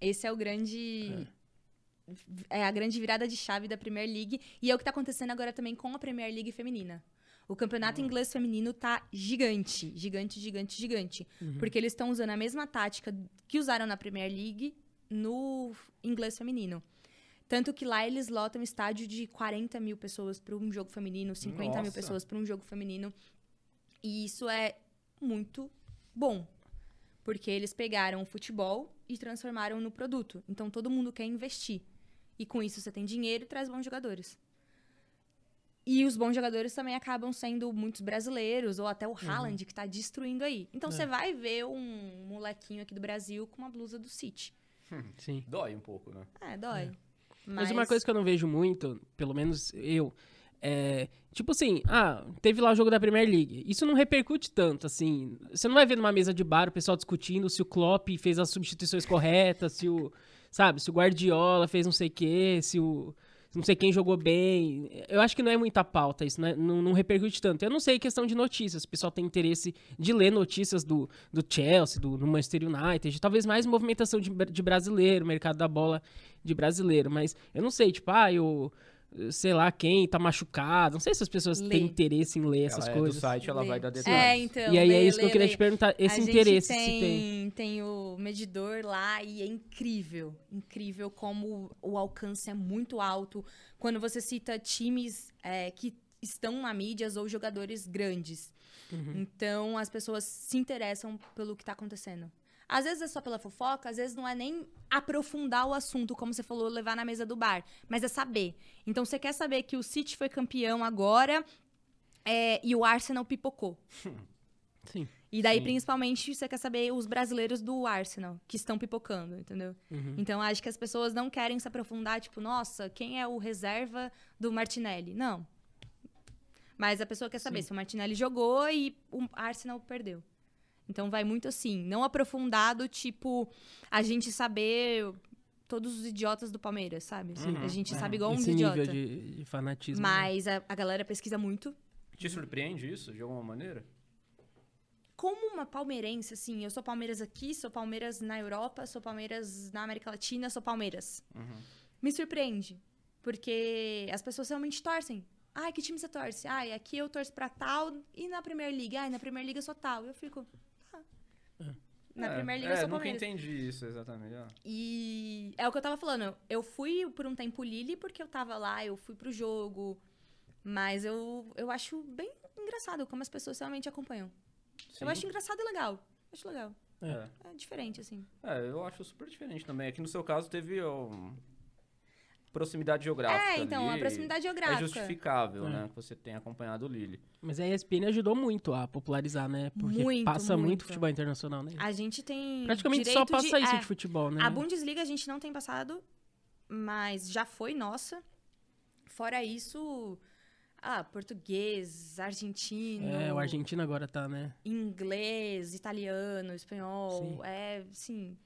Esse é o grande. É a grande virada de chave da Premier League. E é o que tá acontecendo agora também com a Premier League feminina. O campeonato inglês feminino tá gigante. Gigante, gigante, gigante. Porque eles estão usando a mesma tática que usaram na Premier League no inglês feminino. Tanto que lá eles lotam estádio de 40 mil pessoas para um jogo feminino, 50 mil
Nossa.
pessoas para um jogo feminino. E isso é muito bom. Porque eles pegaram o futebol e transformaram no produto. Então todo mundo quer investir. E com isso você tem dinheiro e traz bons jogadores. E os bons jogadores também acabam sendo muitos brasileiros, ou até o
Uhum.
Haaland, que tá destruindo aí.
É.
Então você vai ver um molequinho aqui do Brasil com uma blusa do City.
Sim.
Dói um pouco, né?
É, dói.
Mas... uma coisa que eu não vejo muito, pelo menos eu, é. Tipo assim, ah, teve lá o jogo da Premier League. Isso não repercute tanto, assim. Você não vai ver numa mesa de bar o pessoal discutindo se o Klopp fez as substituições corretas, se o. Sabe, se o Guardiola fez não sei o quê, se o. se Não sei quem jogou bem. Eu acho que não é muita pauta, isso não, é- não- não repercute tanto. Eu não sei questão de notícias. O pessoal tem interesse de ler notícias do, do Chelsea, do, do Manchester United. Talvez mais movimentação de, bra- de brasileiro, mercado da bola de brasileiro. Mas eu não sei, tipo, ah, eu. Sei lá quem tá machucado. Não sei se as pessoas
Lê.
têm interesse em ler essas
ela É do
coisas.
site, ela vai dar
Lê.
detalhes.
É, então.
e aí é
lê,
isso que eu
lê,
queria
lê.
te perguntar, esse
A gente
interesse
tem,
se tem.
tem o medidor lá e é incrível. Incrível como o alcance é muito alto. Quando você cita times é, que estão na mídias ou jogadores grandes.
Uhum.
Então, as pessoas se interessam pelo que está acontecendo. Às vezes é só pela fofoca, às vezes não é nem aprofundar o assunto, como você falou, levar na mesa do bar, mas é saber. Então você quer saber que o City foi campeão agora é, e o Arsenal pipocou.
Sim.
E daí, principalmente, você quer saber os brasileiros do Arsenal, que estão pipocando, entendeu?
Uhum.
Então, acho que as pessoas não querem se aprofundar, tipo, nossa, quem é o reserva do Martinelli? Não. Mas a pessoa quer saber se o Martinelli jogou e o Arsenal perdeu. Então, vai muito assim, não aprofundado, tipo, a gente saber todos os idiotas do Palmeiras, sabe? A gente sabe igual uns
Uhum. É. Esse nível
idiotas.
de, de fanatismo. né?
Mas a- a galera pesquisa muito.
Te surpreende isso, de alguma maneira?
como uma palmeirense, assim, eu sou Palmeiras aqui, sou Palmeiras na Europa, sou Palmeiras na América Latina, sou Palmeiras.
Uhum.
Me surpreende, porque as pessoas realmente torcem. Ai, que time você torce? Ai, aqui eu torço pra tal e na Premier League. Ai, na Premier League eu sou tal. Eu fico. "Ah." Na
é,
Premier League
é,
eu sou
nunca
Palmeiras.
entendi isso exatamente. ah.
E é o que eu tava falando. Eu fui por um tempo Lille porque eu tava lá, eu fui pro jogo. Mas eu, eu acho bem engraçado como as pessoas realmente acompanham.
Sim.
Eu acho engraçado e legal. Acho legal.
É.
É diferente, assim.
É, eu acho super diferente também. Aqui no seu caso teve ó, um, proximidade geográfica.
é, então,
ali.
a proximidade
É
geográfica.
justificável,
É.
né? Que você tenha acompanhado o Lili.
Mas a ESPN ajudou muito a popularizar, né? Porque
Muito,
passa muito,
muito.
futebol internacional, né?
A gente tem.
Praticamente só
direito
passa
de,
isso
é,
de futebol, né?
A Bundesliga a gente não tem passado, mas já foi nossa. Fora isso, Ah, português, argentino.
É, o argentino agora tá, né?
inglês, italiano, espanhol.
Sim.
É, assim.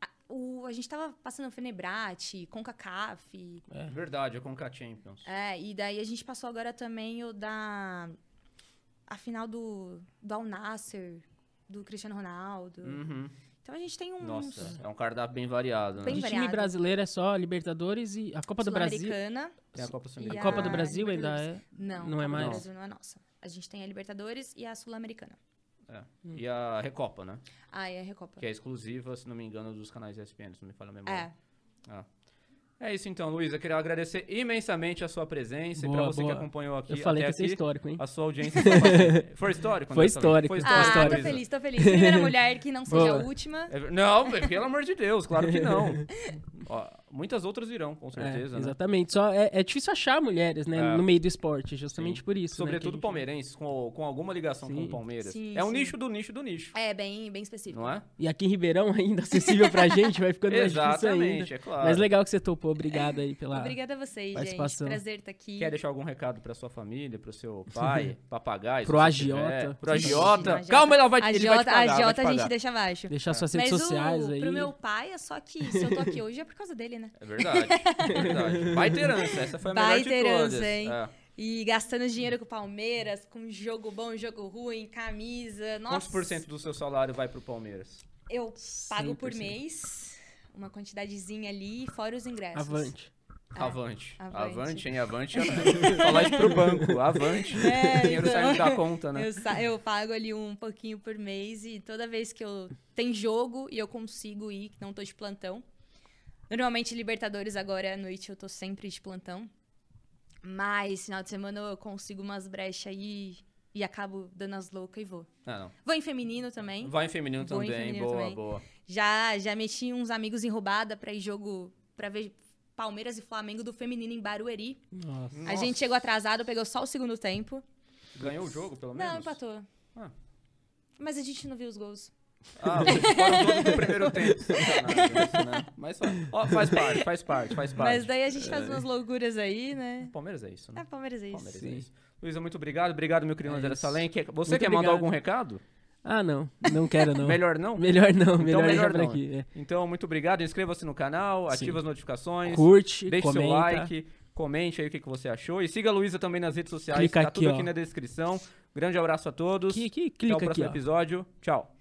A, o- a gente tava passando Fenebrate, CONCACAF.
Verdade, é com a Champions.
É, e daí a gente passou agora também o da. A final do, do Al Nasser, do Cristiano Ronaldo.
Uhum.
Então a gente tem uns.
Nossa, é um cardápio bem variado, né?
Bem
De time
variado.
brasileiro é só Libertadores e a Copa do Brasil.
Sul-Americana.
Tem a Copa É.
A
e
Sul-Americana.
Copa do
a
Brasil ainda é.
Não,
Não é
Copa do
mais?
Brasil não é nossa. A gente tem a Libertadores e a Sul-Americana.
É. E a Recopa, né?
Ah, e a Recopa.
Que é exclusiva, se não me engano, dos canais ESPN, se não me falha a memória.
É.
Ah. É isso então, Luísa. Queria agradecer imensamente a sua presença e
Boa,
pra você
boa.
que acompanhou aqui.
é. Eu falei
até
que ia ser
aqui,
histórico, hein?
A sua audiência. tá bastante- Foi histórico, né?
Foi
Essa vez?
histórico.
Foi histórico.
Ah, tô
Luísa.
feliz, tô feliz. Primeira mulher que não seja a
Então Boa.
última.
É ver- Não, velho, pelo amor de Deus, claro que não. Ó, muitas outras virão, com certeza. né?
É, Exatamente. Só é, é difícil achar mulheres, né?
É.
No meio do esporte, justamente
Sim.
por isso. né,
Sobretudo
que a gente-
palmeirenses, com, com alguma ligação com
Sim.
o Palmeiras.
Sim,
é um
sim.
nicho do nicho do nicho,
É, bem, bem específico.
não é?
E aqui em Ribeirão, ainda acessível pra gente, vai ficando mais difícil ainda.
Exatamente, é claro.
Mas legal que você topou. Obrigado aí pela.
Obrigada a vocês, gente.
participação.
Prazer estar aqui.
Quer deixar algum recado pra sua família, pro seu pai, papagaio? se
Pro
você
agiota.
tiver? Pro
Ixi,
agiota.
agiota.
Calma, ela vai, ele vai
agiota,
te pagar. vai te
agiota a gente
pagar.
deixa abaixo.
Deixar suas redes
Mas
sociais
o,
aí.
pro meu pai é só que se eu tô aqui hoje é por causa dele, né?
É verdade, é verdade. Vai ter herança, essa foi a melhor
Vai
de
ter
todas.
herança, hein?
É.
E gastando dinheiro com o Palmeiras, com jogo bom, jogo ruim, camisa. Nossa,
Quantos por cento do seu salário vai pro Palmeiras?
Eu pago por
100%.
mês uma quantidadezinha ali, fora os ingressos.
Avante.
Avante.
Ah, avante.
Avante, hein? Avante. é avante. Falar isso pro banco. Avante.
É,
o dinheiro
então.
saindo da conta, né?
Eu, sa- eu pago ali um pouquinho por mês e toda vez que eu tem jogo e eu consigo ir, que não tô de plantão. Normalmente Libertadores agora à noite eu tô sempre de plantão. Mas final de semana eu consigo umas brechas aí e acabo dando as loucas e vou.
Ah,
Vou em feminino também.
não. Vai em feminino
Vou em
também.
feminino
boa,
também.
boa.
Já já meti uns amigos em roubada pra ir jogo pra ver Palmeiras e Flamengo do feminino em Barueri.
Nossa.
Nossa.
A gente é chegou atrasado, pegou só o segundo tempo.
Ganhou o jogo, pelo menos?
Não, empatou.
Ah.
Mas a gente não viu os gols.
Ah, vocês foram todos no primeiro tempo. Sacanagem isso, né? Mas fa- ó, faz parte, faz parte, faz parte.
é Mas daí a gente
É.
faz umas loucuras aí, né?
Palmeiras é isso,
É,
né?
Palmeiras é isso.
Palmeiras é
Sim.
isso. Luísa, muito obrigado. Obrigado, meu querido
É
André
isso.
Salem. Quer- Você
Muito
quer mandar
obrigado.
algum recado?
Ah, não. Não quero, não.
Melhor não?
Melhor não.
Então,
Melhor,
melhor
melhor
não.
aqui. é.
Então, muito obrigado. Inscreva-se no canal, ative
Sim.
as notificações.
Curte,
Deixe
comenta.
seu like, comente aí o que, que você achou. E siga a Luísa também nas redes sociais,
Clica
tá
aqui,
tudo
ó.
aqui na descrição. Grande abraço a todos.
Aqui, aqui,
Até o
clica aqui,
próximo
ó.
episódio. Tchau.